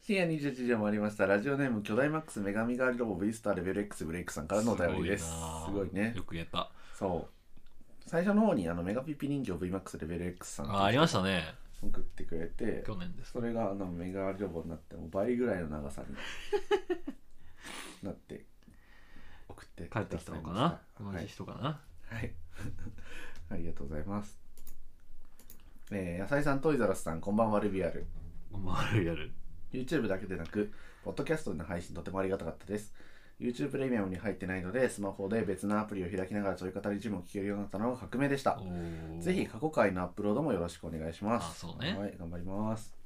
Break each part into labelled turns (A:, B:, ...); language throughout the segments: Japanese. A: 深夜2時時でもありました。ラジオネーム、巨大マックス、女神狩りロボ、ビースター、レベル X、ブレイクさんからのお便りです。すごいね
B: よ。く言えた。
A: そう。最初の方に、あの、メガピピ人形 VMAX レベル X さん
B: あ、ありましたね。
A: 送ってくれて、
B: 去年です。
A: それが、あの、メガロボになって、もう倍ぐらいの長さになって、送ってく
B: 帰
A: ださいま
B: ってき
A: した
B: のかな
A: は
B: 同
A: い
B: じ人かな
A: はい。 ありがとうございます。えー、野菜さん、トイザラスさん、こんばんは、ルビアル。
B: 回るやる。
A: YouTube だけでなく、ポッドキャストでの配信とてもありがたかったです。YouTube プレミアムに入ってないので、スマホで別のアプリを開きながらちょい語りジムを聞けるようになったのが革命でした。
B: おー
A: ぜひ過去回のアップロードもよろしくお願いします。
B: あそうね
A: はい、頑張ります。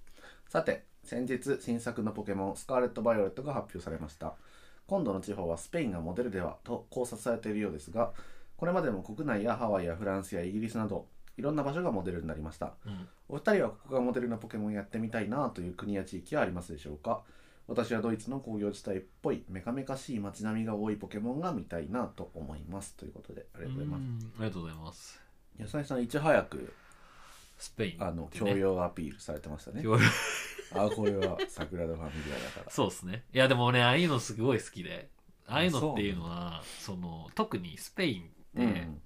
A: さて、先日新作のポケモンスカーレット・バイオレットが発表されました。今度の地方はスペインがモデルではと考察されているようですが、これまでも国内やハワイやフランスやイギリスなど、いろんな場所がモデルになりました。
B: うん。
A: お二人はここがモデルのポケモンやってみたいなという国や地域はありますでしょうか私はドイツの工業地帯っぽいメカメカしい街並みが多いポケモンが見たいなと思いますということでありがとうございます
B: うんありがとうございます。
A: 野菜さんいち早く
B: スペイン。
A: あの
B: って
A: 教
B: ね
A: 養アピールされてました ね
B: 教養
A: あこれは桜田ファミリアだから
B: そうですね。いや、でもね、ああいうのすごい好きで、ああいう
A: あそ
B: の
A: う
B: っていうのは、その、特にスペインっ
A: う
B: て、
A: ん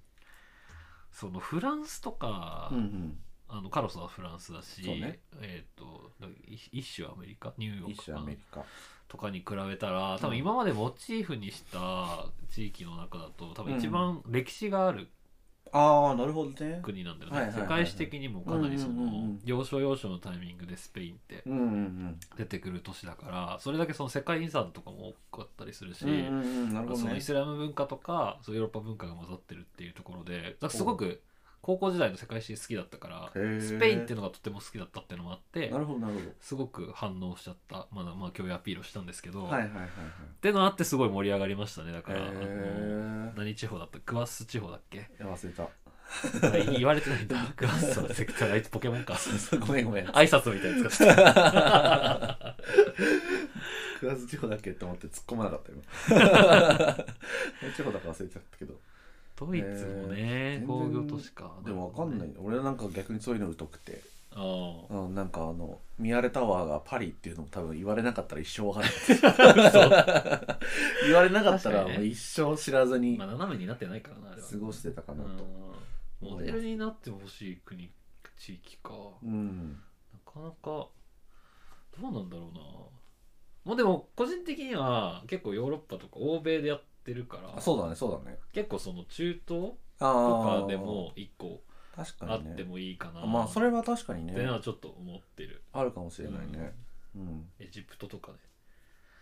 B: その、フランスとか、
A: うん
B: あの、カロスはフランスだし、
A: そうね
B: えっ、と、だ一一種アメリカ、ニュー
A: う
B: ヨ
A: ん
B: ー
A: 一
B: ク
A: 種ア
B: かな
A: メリカ
B: とかに比べたら、多
A: うん
B: 分今までモチーフにした地域の中だと、多分一番歴史がある
A: ああなるほどね
B: 国なんだよ
A: はい
B: ね
A: は。いはい
B: 世
A: はい
B: 界史的にもかなりそ
A: うんうんうんう
B: の
A: ん、
B: 要所要所のタイミングでスペインって
A: うんうん
B: 出てくる都市だから、それだけその世界遺産とかも多かったりするし、
A: うんうんうんうんなるほど
B: その
A: ね
B: イスラム文化とかそうヨーロッパ文化が混ざってるっていうところでなんかすごく高校時代の世界史好きだったから
A: へー
B: スペインっていうのがとても好きだったっていうのもあって
A: なるほどなる
B: すごく反応しちゃったまだまあ共有アピールをしたんですけど、
A: ほどはい
B: っ
A: はいはいはい
B: てのあってすごい盛り上がりましたねだから、あの
A: え
B: 何地方だったクワッス地方だっけ
A: 忘れた
B: 言われてないんだクワッスのセクターあいつポケモンか
A: ごめんごめん
B: 挨拶みたいなやつが
A: 食わず地方だっけって思って突っ込まなかったよ 地方だから忘れちゃったけど
B: ドイツも
A: え
B: ね
A: ー
B: 工業都市か
A: でもわかんない俺なんか逆にそういうの疎くて、
B: あー
A: うん、なんかあのミアレタワーがパリっていうのも多分言われなかったら一生わかんない 言われなかったら
B: 確かにね
A: もう一生知らずに
B: まあ斜めになってないからなあれは
A: 過ごしてたかなと
B: うんモデルになってほしい国地域か
A: うん、
B: なかなかどうなんだろうなもうでも個人的には結構ヨーロッパとか欧米でやってるか
A: あ
B: ら
A: そうだねそうだね
B: 結構その中東
A: あ
B: と
A: あ
B: かでも一個
A: 確か
B: あ
A: にね
B: ってもいいかな
A: まあそれは確かに
B: っ
A: ね
B: てのはちょっと思ってる
A: あるかもしれないね、うん
B: エジプトとかね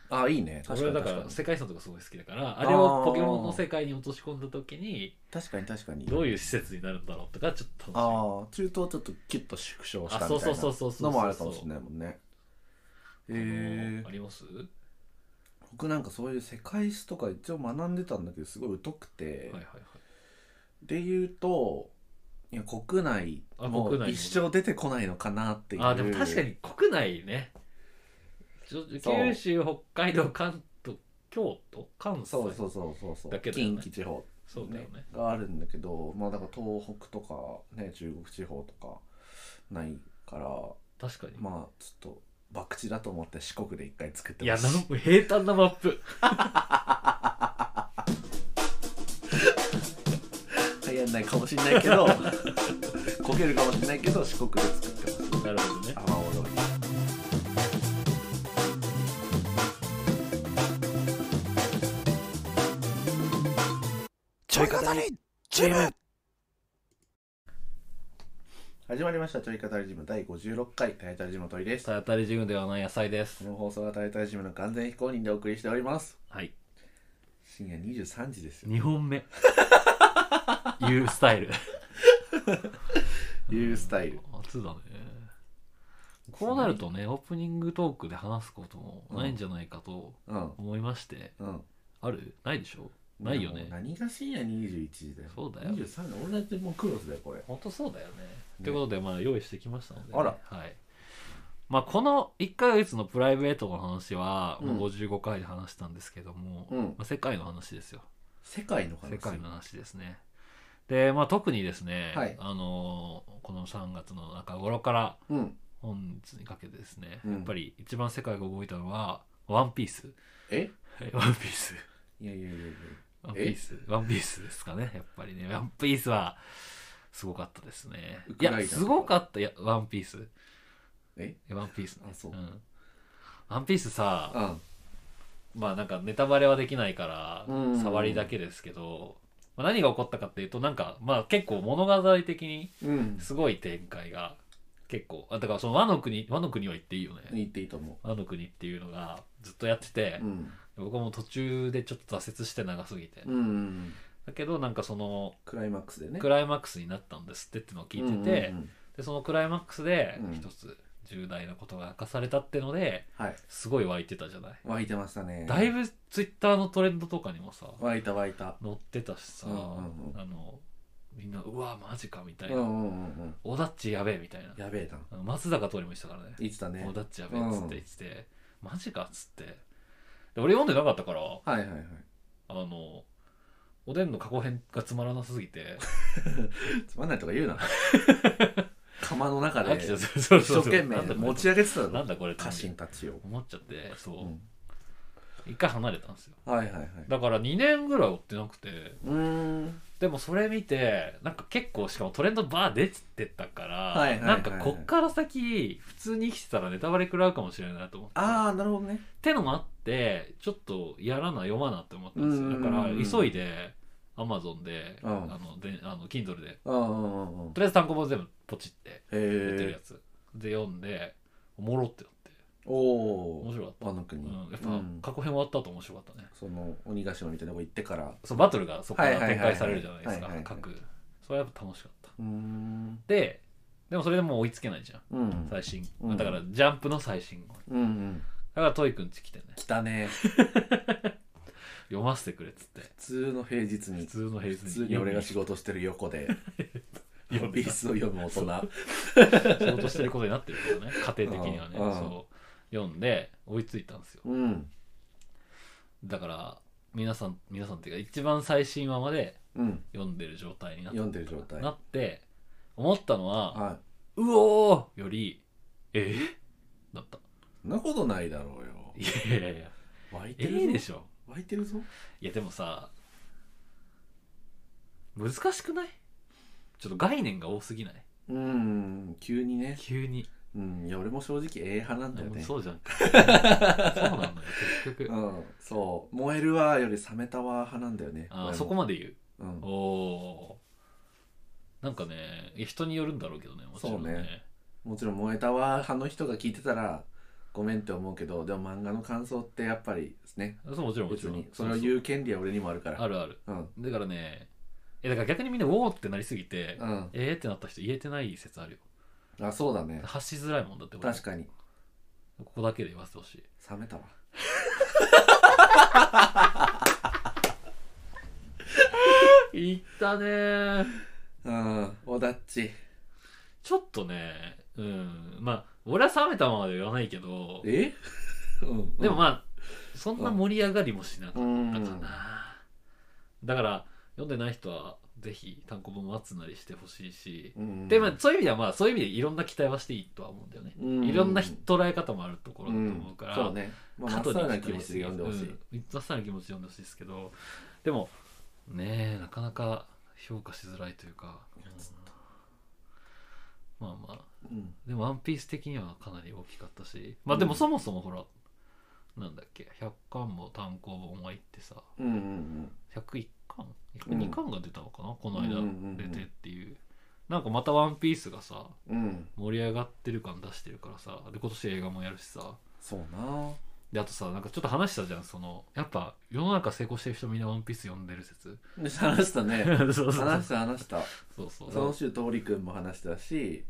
A: あいいね確
B: 俺
A: かに
B: はだ
A: 確
B: か
A: からに
B: 世界遺産とかすごい好きだから
A: あ
B: あれをポケモンの世界に落とし込んだ時に
A: 確かに確かに
B: どういう施設になるんだろうとかちょっと楽しみ
A: ああ中東ちょっとキュッと縮小したみたいな
B: あそうそうそうそうそうそ
A: の
B: う
A: もあるかもしれないもんね
B: え
A: え
B: ありますは
A: 僕なんかそういう世界史とか一応学んでたんだけどすごい疎くて、
B: いはいはい
A: で言うといや国内
B: あ
A: も
B: 国内
A: う
B: も
A: 一生出てこないのかなっていう
B: あでも確かに国内ねちょ
A: そう
B: 九州北海道関東京都関西
A: そうそうそうそうそう
B: だけどね
A: 近畿地方、
B: そうだよね
A: があるんだけどまあだから東北とかね中国地方とかないから
B: 確かに、
A: まあちょっと博打だと思って四国で一回作って
B: いや
A: ほし
B: なんも平坦なマップ
A: 流行んないかもしれないけど こけるかもしれないけど四国で作ってます
B: なるほどね
A: 阿波踊り
C: ちょい語りジム
A: 始まりました「ちょい語りジム」第56回タイタルジムトイです
B: さあ当たりジムではない野菜です
A: この放送はタイタルジムの完全非公認でお送りしております
B: はい
A: 深夜23時ですよ
B: 2本 目いうスタイル
A: いうスタイル
B: 初だねこうなるとねオープニングトークで話すこともないんじゃないかと
A: うん
B: 思いまして、
A: うん
B: あるないでしょないよね
A: もう何が深夜21時だよ
B: そうだよ
A: 23時俺だってもうクロスだよこれ
B: 本当そうだよね。ということで、まあ、用意してきましたので、
A: あら
B: はい。まあ、この1ヶ月のプライベートの話は、
A: うん
B: もう55回で話したんですけども、
A: うん
B: まあ、世界の話ですよ。
A: 世界の話
B: 世界の話ですね。で、まあ、特にですね、
A: はい
B: あのーこの3月の中頃から、
A: うん
B: 本日にかけてですね、
A: うん
B: やっぱり一番世界が動いたのは「ワンピース
A: え
B: はいワンピース
A: いやいやいやいや
B: ワンピースワンピースですかねやっぱりねワンピースはすごかったですね
A: ウ
B: い
A: クライナ
B: やすごかったいやワンピース
A: え
B: えワンピースね
A: あそうん
B: ワンピースさ
A: うん
B: まあなんかネタバレはできないから
A: うん
B: 触りだけですけど、まあ、何が起こったかっていうとなんかまあ結構物語的に
A: うん
B: すごい展開が結構あだからその和の国和の国は言っていいよね
A: 言っていいと思
B: 和の国っていうのがずっとやってて
A: う、うん
B: 僕はもう途中でちょっと挫折して長すぎて、
A: うん
B: だけどなんかその
A: クライマックスでね
B: クライマックスになったんですってってのを聞いてて、
A: うんうんうん
B: でそのクライマックスで
A: うん
B: 一つ重大なことが明かされたってので
A: はい
B: すごい湧いてたじゃない、
A: 湧いてましたね
B: だいぶツイッターのトレンドとかにもさ
A: 湧いた湧いた
B: 載ってたしさ、
A: うんうんうん
B: あのみんなうわマジかみた
A: う
B: い
A: ん
B: な、
A: うんうんうん
B: オダッチやべえみたいな
A: やべえな
B: あの松坂桃李も言ってたからね
A: 言ってたね
B: オダッチやべえっつって言ってて、マジかっつってで俺読んでなかったから
A: はいはいはい
B: あのおでんの過去編がつまらなすぎて
A: つまんないとか言 うな釜の中
B: 飽
A: で
B: きちゃうそう
A: 一
B: そうそう
A: 生懸命
B: なんだこれ
A: 持ち上げてた
B: な
A: の
B: んだこれって
A: 家臣たちを、
B: 思っちゃってそう、
A: うん
B: 一回離れたんですよ
A: はいはいはい
B: だから2年ぐらい追ってなくて
A: うーん
B: でもそれ見てなんか結構しかもトレンドバー出てたから、
A: はいはいはいはい
B: なんかこっから先普通に生きてたらネタバレ食らうかもしれないなと思って
A: ああなるほどね
B: ってのもあってちょっとやらな読まなって思ったんです
A: うん
B: よ
A: うん
B: だから
A: うん
B: 急いでアマゾンで、
A: うん
B: あのであの Kindle で
A: うんうんうんうん
B: とりあえず単行本全部ポチって
A: へ
B: 出てるや
A: え
B: つで読んでおもろってなって
A: お
B: 面
A: お
B: 白かっ
A: 和の
B: た、
A: 国、
B: うん、やっ
A: うん
B: ぱ過去編終わった後面白かったね
A: その鬼ヶ島みたいなとこ行ってから
B: そうバトルがそこか
A: はい
B: ら
A: はいはい
B: 展開されるじゃないですか
A: はいはいはい
B: 各それはやっぱ楽しかった
A: うーん
B: ででもそれでもう追いつけないじゃん
A: うん
B: 最新、
A: うん
B: だからジャンプの最新号
A: うんうん
B: だからトイくんち来てね
A: 来たね
B: 読ませてくれっつって
A: 普通の平日
B: 普
A: に
B: 通の平日
A: 普
B: に
A: 通に俺が仕事してる横で
B: 読
A: ワ
B: ん
A: ン
B: で
A: ピ
B: た
A: ースを 読む大人
B: 仕事してることになってるけどね家庭的にはね
A: うん
B: そう読んで追いついたんですよ
A: うん
B: だから皆さん皆さんっていうか一番最新話まで
A: うん
B: 読んでる状態になっ
A: 読んでる状態
B: なって思ったのは
A: は
B: 「うおー!」より「えだった
A: いそんなことないだろうよ
B: いやいやいや
A: 湧いて
B: え
A: るぞ、
B: えでしょ
A: 湧いてるぞ
B: いやでもさ難しくないちょっと概念が多すぎない
A: うん急にね
B: 急に、
A: うんいや俺も正直ええ派なんだよ
B: もう
A: ね
B: そう じゃんそうなのよ結局
A: うんそう燃えるわより冷めたわ派なんだよね俺
B: あ
A: も
B: そこまで言う
A: うん
B: おおーなんかねいや人によるんだろうけどねもちろんね
A: そうねもちろん燃えたわ派の人が聞いてたらごめんって思うけどでも漫画の感想ってやっぱりですね
B: そうもちろんもち
A: 別
B: ろん
A: にそれを言う権利は俺にもあるか
B: そう
A: ら
B: そうあるある
A: うん
B: だからねえだから逆にみんなウォーってなりすぎて、
A: うん
B: えーってなった人言えてない説あるよ
A: あそうだね
B: 発しづらいもんだって俺
A: 確かに
B: ここだけで言わせてほしい
A: 冷めたわ
B: 言ったねー
A: うんおだっち
B: ちょっとねうんまあ俺は冷めたままで言わないけど
A: え うん
B: でも
A: あ
B: まあそんな盛り上がりもしなかった
A: うん
B: だからなだから読んでない人はぜひ単行本待つなりしてほしいし、
A: うん
B: でまあそういう意味ではまあそういう意味でいろんな期待はしていいとは思うんだよね、
A: うん
B: いろんな捉え方もあるところだと思うから、
A: うんそうねまあ真っ
B: 過度
A: さらな
B: に
A: 気持ちで読んでほしい、
B: うん真っさらな気持ちで読んでほしいですけどでもねえなかなか評価しづらいというか、うんまあまあ
A: うん
B: でも「ワンピース的にはかなり大きかったしまあでもそもそもほら、なんだっけ100巻も単行本はいってさ
A: うんうんうん
B: 101巻
A: うん
B: 102巻が出たのかな、この
A: うんうんうん
B: 間出てっていう,、なんかまた「ワンピースがさ
A: うん
B: 盛り上がってる感出してるからさで今年映画もやるしさ
A: そうな
B: であとさなんかちょっと話したじゃんそのやっぱ世の中成功してる人みんな「ワンピース読んでる 説
A: で話したね
B: そうそうそう
A: 話した話した
B: そうそう
A: その週通りくんも話してたし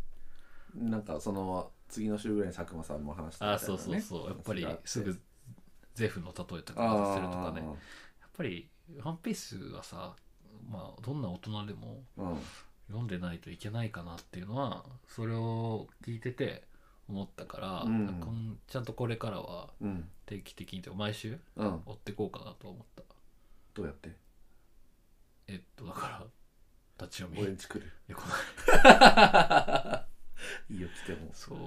A: なんかその次の週ぐらいに佐久間さんも話してた
B: あ
A: みたい
B: そ
A: な
B: うそうそうやっぱりすぐゼフの例えとか
A: あ
B: さ
A: あ
B: せるとかねやっぱり「ワンピースはさまあどんな大人でも
A: うん
B: 読んでないといけないかなっていうのはそれを聞いてて思ったから、
A: うん
B: こんちゃんとこれからは
A: うん
B: 定期的にというか毎週
A: うん
B: 追ってこうかなと思った
A: どうやって
B: えっとだから立ち読み
A: 俺んち来る
B: でこ
A: いいよ来ても
B: そう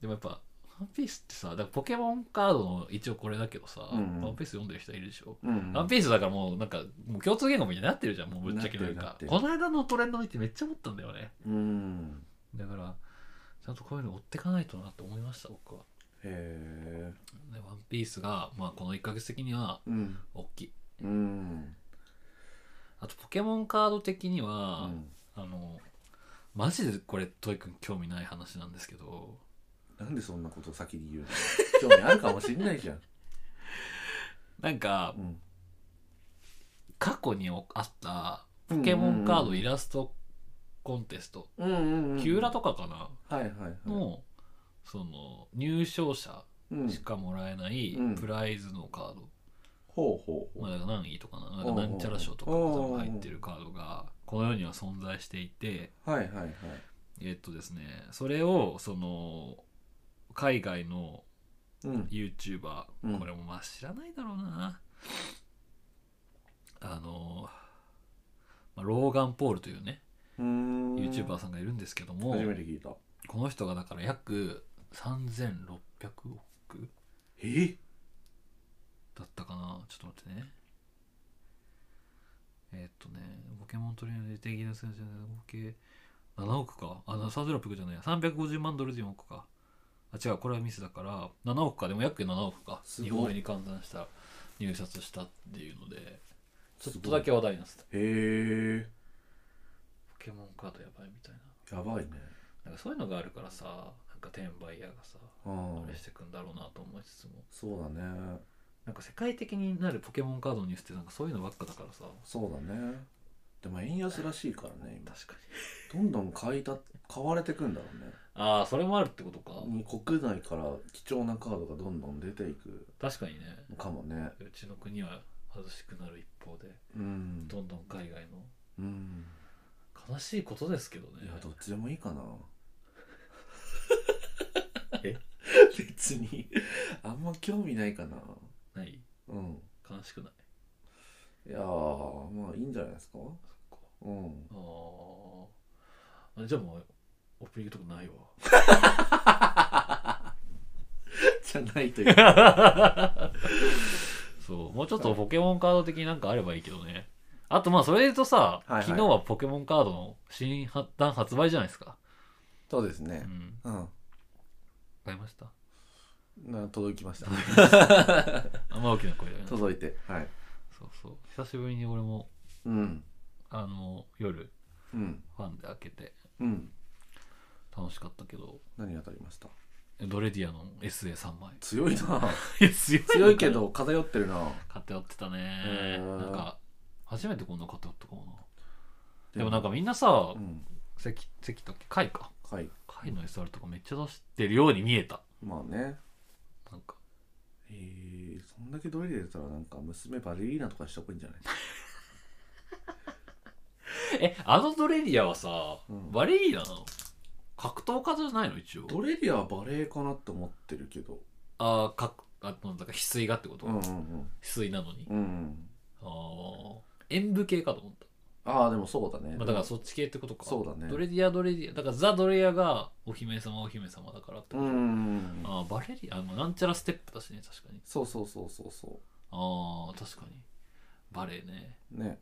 B: でもやっぱ「ワンピースってさだからポケモンカードの一応これだけどさ「
A: うんうん
B: ワンピース読んでる人いるでしょ
A: うん
B: ワンピースだからもうなんかもう共通言語みたいになってるじゃんもうぶっちゃけなん
A: なっ
B: か
A: てるな
B: この間のトレンド見てめっちゃ思ったんだよね
A: うん
B: だからちゃんとこういうの追ってかないとなって思いました僕は
A: へえ
B: でワンピースがまあこの1ヶ月的には
A: うん
B: 大きい
A: うん
B: あとポケモンカード的に
A: う
B: は、
A: ん
B: あのマジでこれトイ君興味ない話なんですけど
A: なんでそんなこと先に言うの 興味あるかもしんないじゃん
B: なんか
A: うん
B: 過去にあったポケモンカードイラストコンテスト、
A: うんうんうん
B: キューラとかかな、
A: はいはいはい
B: のその入賞者
A: うん
B: しかもらえない
A: うん
B: プライズのカード、
A: ほうほうほ
B: ま
A: う
B: あ、だから何位とかな
A: おうお
B: な
A: うん
B: かなんちゃら賞とかが入ってるカードがこの世には存在していて
A: はいはいはい
B: えっとですねそれをその海外の
A: うん
B: ユーチューバ
A: う
B: ー
A: ん
B: これもまあ知らないだろうな、あの、まあ、ローガン・ポールというね
A: うーん
B: ユーチューバーさんがいるんですけども
A: 初めて聞いた
B: この人がだから約3600億
A: え
B: だったかなちょっと待ってねえーっとねポケモントレーナーで定義の数字で合計7億かあな3600億じゃない350万ドルで4億かあ違うこれはミスだから7億かでも約7億か
A: すごい
B: 日本円に換算したら入札したっていうのでちょっとだけ話題になってた
A: へえ
B: ポケモンカードやばいみたいな
A: やばいね
B: なんかそういうのがあるからさなんか転売屋がさ
A: うん
B: あれしてくんだろうなと思いつつも
A: そうだね
B: なんか世界的になるポケモンカードのニュースってなんかそういうのばっかだからさ
A: そうだねでも円安らしいからね今
B: 確かに
A: どんどん買いた買われてくんだろうね
B: ああそれもあるってことか、
A: に国内から貴重なカードがどんどん出ていく
B: 確かにね
A: かもね
B: うちの国は貧しくなる一方で
A: うん
B: どんどん海外の
A: うん
B: 悲しいことですけどね
A: いやどっちでもいいかな
B: え
A: 別にあんま興味ないかな
B: ない
A: うん
B: 悲しくない
A: いやーまあいいんじゃないですか
B: そっか
A: うん
B: あーあじゃあもうオープニングとかないわ
A: じゃないという
B: そうもうちょっとポケモンカード的になんかあればいいけどねあとまあそれで言うとさ、
A: はいはい
B: 昨日はポケモンカードの新版発売じゃないですか
A: そうです
B: う
A: ね
B: ん
A: うん
B: 買いました
A: な届きました
B: あんま大きな声だよ ね
A: 届いてはい
B: そうそう久しぶりに俺も
A: うん
B: あの夜
A: うん
B: ファンで開けて
A: うん
B: 楽しかったけど
A: 何当たりました
B: ドレディアの SA3 枚
A: 強い な
B: 強い
A: 強いけど偏ってるな
B: 偏ってた
A: へ
B: ね
A: ー
B: なんか初めてこんな偏ったかもな
A: でも
B: でもなんかみんなさ
A: うん
B: 関関だっけ貝か
A: はい
B: 貝の SR とかめっちゃ出してるように見えた
A: まあね
B: なんか
A: えー、そんだけドイレ出たらなんか娘バレリーナとかした方がいいんじゃない
B: えあのドレディアはさ、
A: うん
B: バレリーナなの格闘家じゃないの一応
A: ドレリアはバレエかなって思ってるけど
B: あーかあなんだか翡翠がってこと、
A: うんうん
B: 翡
A: うん
B: 翠なのに、
A: うんうん
B: ああ演武系かと思った
A: ああでもそうだね、
B: まあ、だからそっち系ってことか。
A: そうだね
B: ドレディア、ドレディア。だからザ・ドレディアがお姫様、お姫様だからってこと。
A: うんうんうん
B: ああ、バレリア、あまあなんちゃらステップだしね、確かに。
A: そうそうそうそうそ
B: ああ、確かに。バレエね。
A: うね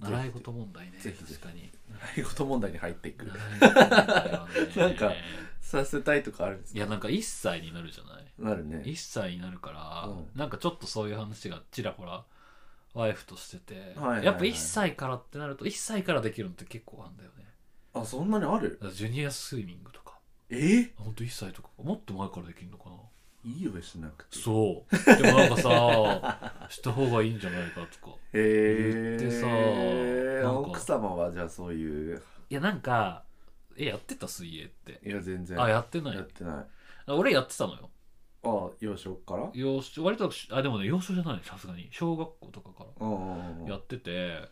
B: 習い事問題ね。
A: ぜひぜひ
B: 確かに。
A: 習い事問題に入っていく
B: 習い事問題はね
A: なんかさせたいとかあるんです
B: い
A: か
B: や、なんか1歳になるじゃない。
A: なるね
B: 1歳になるから、
A: うん
B: なんかちょっとそういう話がちらほら。ワイフとしてて、
A: はいはいはい
B: やっぱ1歳からってなると1歳からできるのって結構あるんだよね
A: あそんなにある
B: だからジュニアスイミングとか
A: えー、
B: ほんと1歳とかもっと前からできるのかない
A: いよしなくてう
B: そう。でもなんか さ、した方がいいんじゃないかとか。
A: へえ
B: 言ってさなんか
A: 奥様はじゃあそういう
B: いや、なんか、え、やってた水泳って。
A: いや全然
B: あ、やってな
A: やっ
B: い。
A: てない
B: あ俺やってたのよ。
A: あ幼少から
B: 幼少、割と、あ、でもね、幼少じゃない、さすがに。小学校とかか
A: うんうん
B: らやってて、で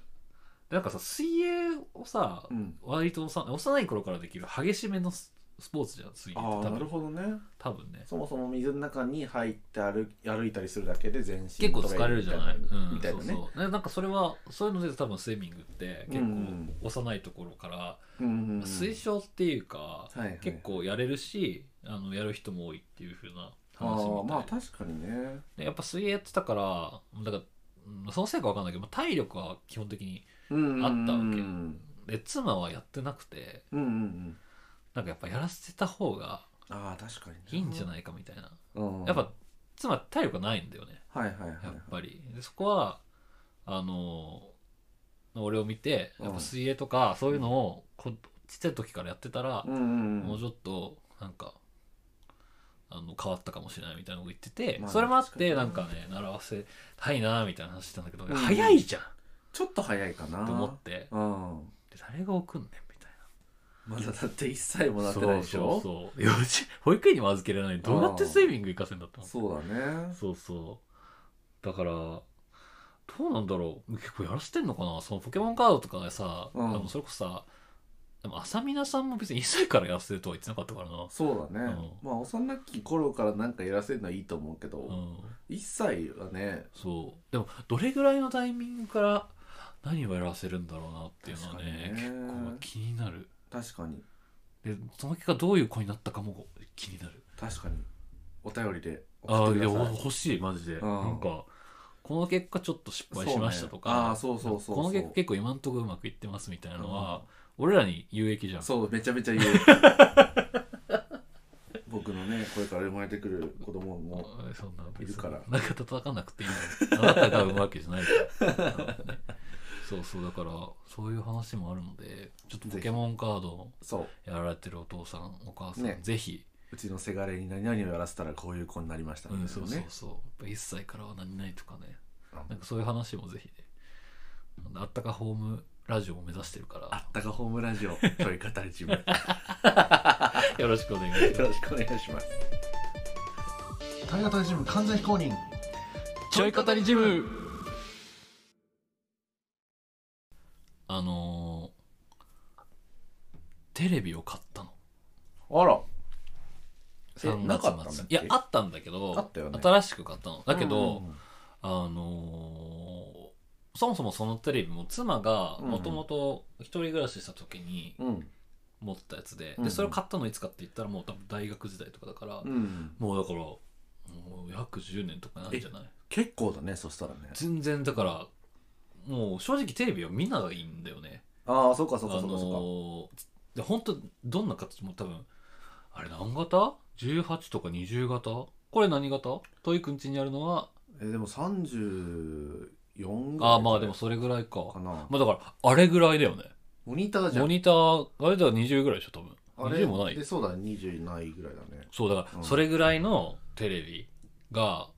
B: なんかさ、水泳をさ
A: う、ん
B: 割と幼幼い頃からできる激しめのススポーツじゃん水泳って
A: あ
B: 多
A: あなる
B: 分
A: ほどね
B: 多分ね
A: そもそも水の中に入って歩き歩いたりするだけで全身
B: 結構疲れるじゃない、
A: トレーニング
B: うん、
A: みたいなね
B: そうそうねなんかそれはそういうので多分スイミングって結
A: うん
B: 構幼いところから、
A: うんうん
B: 推奨っていうか、
A: はいはい
B: 結構やれるしあのやる人も多いっていう風な
A: あ
B: 話みた
A: あ
B: い
A: まあ確かにね
B: でやっぱ水泳やってたからだからうんそのせいかわかんないけどまあ体力は基本的に
A: うん
B: あったわけ
A: うん
B: で妻はやってなくて
A: うんうん
B: なんかやっぱやらせてた方が
A: ああ確かにね
B: いいんじゃないかみたいな、
A: うん
B: やっぱ妻体力がないんだよね
A: はいはいはい
B: やっぱりでそこはあの俺を見てやっぱ水泳とかそういうのをこちっちゃい時からやってたら
A: う、んうん
B: もう
A: うん
B: ちょっとなんかあの変わったかもしれないみたいなのを言ってて、
A: まあ
B: それもあっ
A: 確かに
B: てなんかね習わせたいなみたいな話してたんだけど、
A: ん
B: 早いじゃん
A: ちょっと早いかな
B: と思って
A: うん
B: で誰が送んねんみたい
A: まだだって一切も
B: な
A: なってないでしょ
B: そうそうそう幼稚保育園にも預けられないどうやってスイミング行かせんだったの
A: そうだね
B: そうそうだからどうなんだろう結構やらせてんのかなそのポケモンカードとかでさ、
A: うん
B: あのそれこそさでも浅見奈さんも別に1歳からやらせるとは言ってなかったからな
A: そうだね
B: う
A: まあ幼き頃からなんかやらせるのはいいと思うけ
B: う
A: ど
B: ん
A: 一切はね
B: そうでもどれぐらいのタイミングから何をやらせるんだろうなっていうのはね
A: 確か
B: 結
A: にね
B: 構気になる
A: 確かに
B: でその結果どういう子になったかも気になる
A: 確かにお便りで
B: ああ
A: 送っ
B: い
A: て
B: や
A: ください
B: 欲しいマジで、
A: うん
B: なんかこの結果ちょっと失敗しましたとか、
A: そうねあーそうそうそうそう
B: この結果結構今んとこうまくいってますみたいなのは、俺らに有益じゃん
A: そうめちゃめちゃ 言う僕のねこれから生まれてくる子供も
B: うんそんない
A: るから
B: なんか叩かなくていいのあなたが産むわけじゃない からそうそうだからそういう話もあるのでちょっとポケモンカードの
A: そう
B: やられてるお父さんお母さん、
A: ね
B: ぜひ、
A: うちのせがれに何々をやらせたらこういう子になりましたみ
B: う
A: たい
B: ん、
A: な
B: そうそう
A: ね
B: そうやっぱ1歳からは何々とかね
A: あ
B: なんかそういう話もぜひねあったかホームラジオを目指してる
A: あ
B: か
A: ったかホームラジオちょい語り チームよ
B: らよろしくお願いします
A: ろしくお願いしますありがたいチーム完全非公認
B: ちょい語りジムあのーテレビを買ったの
A: あら
B: 3
A: な
B: 月
A: かったんだっ
B: 末
A: け
B: いやあったんだけど
A: あったよね
B: 新しく買ったのだけど、
A: うんうんうん
B: あのーそもそもそのテレビも妻が
A: うんうん
B: もともと一人暮らしした時に
A: うん
B: 持ってたやつで,、
A: うんうん
B: でそれを買ったのいつかって言ったらもう多分大学時代とかだから、
A: うん
B: もうだからもう約10年とかなんじゃない
A: 結構だねそしたらね
B: 全然だからもう正直テレビは見ないんだよね
A: ああそうかそうか
B: あ
A: そうかそ
B: のーで本当どんな形も多分あれ何型 ?18 とか20型これ何型トイくんちにあるのは
A: うかえでも34ぐらい
B: ああまあでもそれぐらいか
A: かな
B: まあだからあれぐらいだよね
A: モニターじゃん
B: モニターあれだから20ぐらいでしょ多分
A: あれ
B: 20もない
A: でそうだね20ないぐらいだね
B: そうだか
A: うん
B: らそれぐらいのテレビが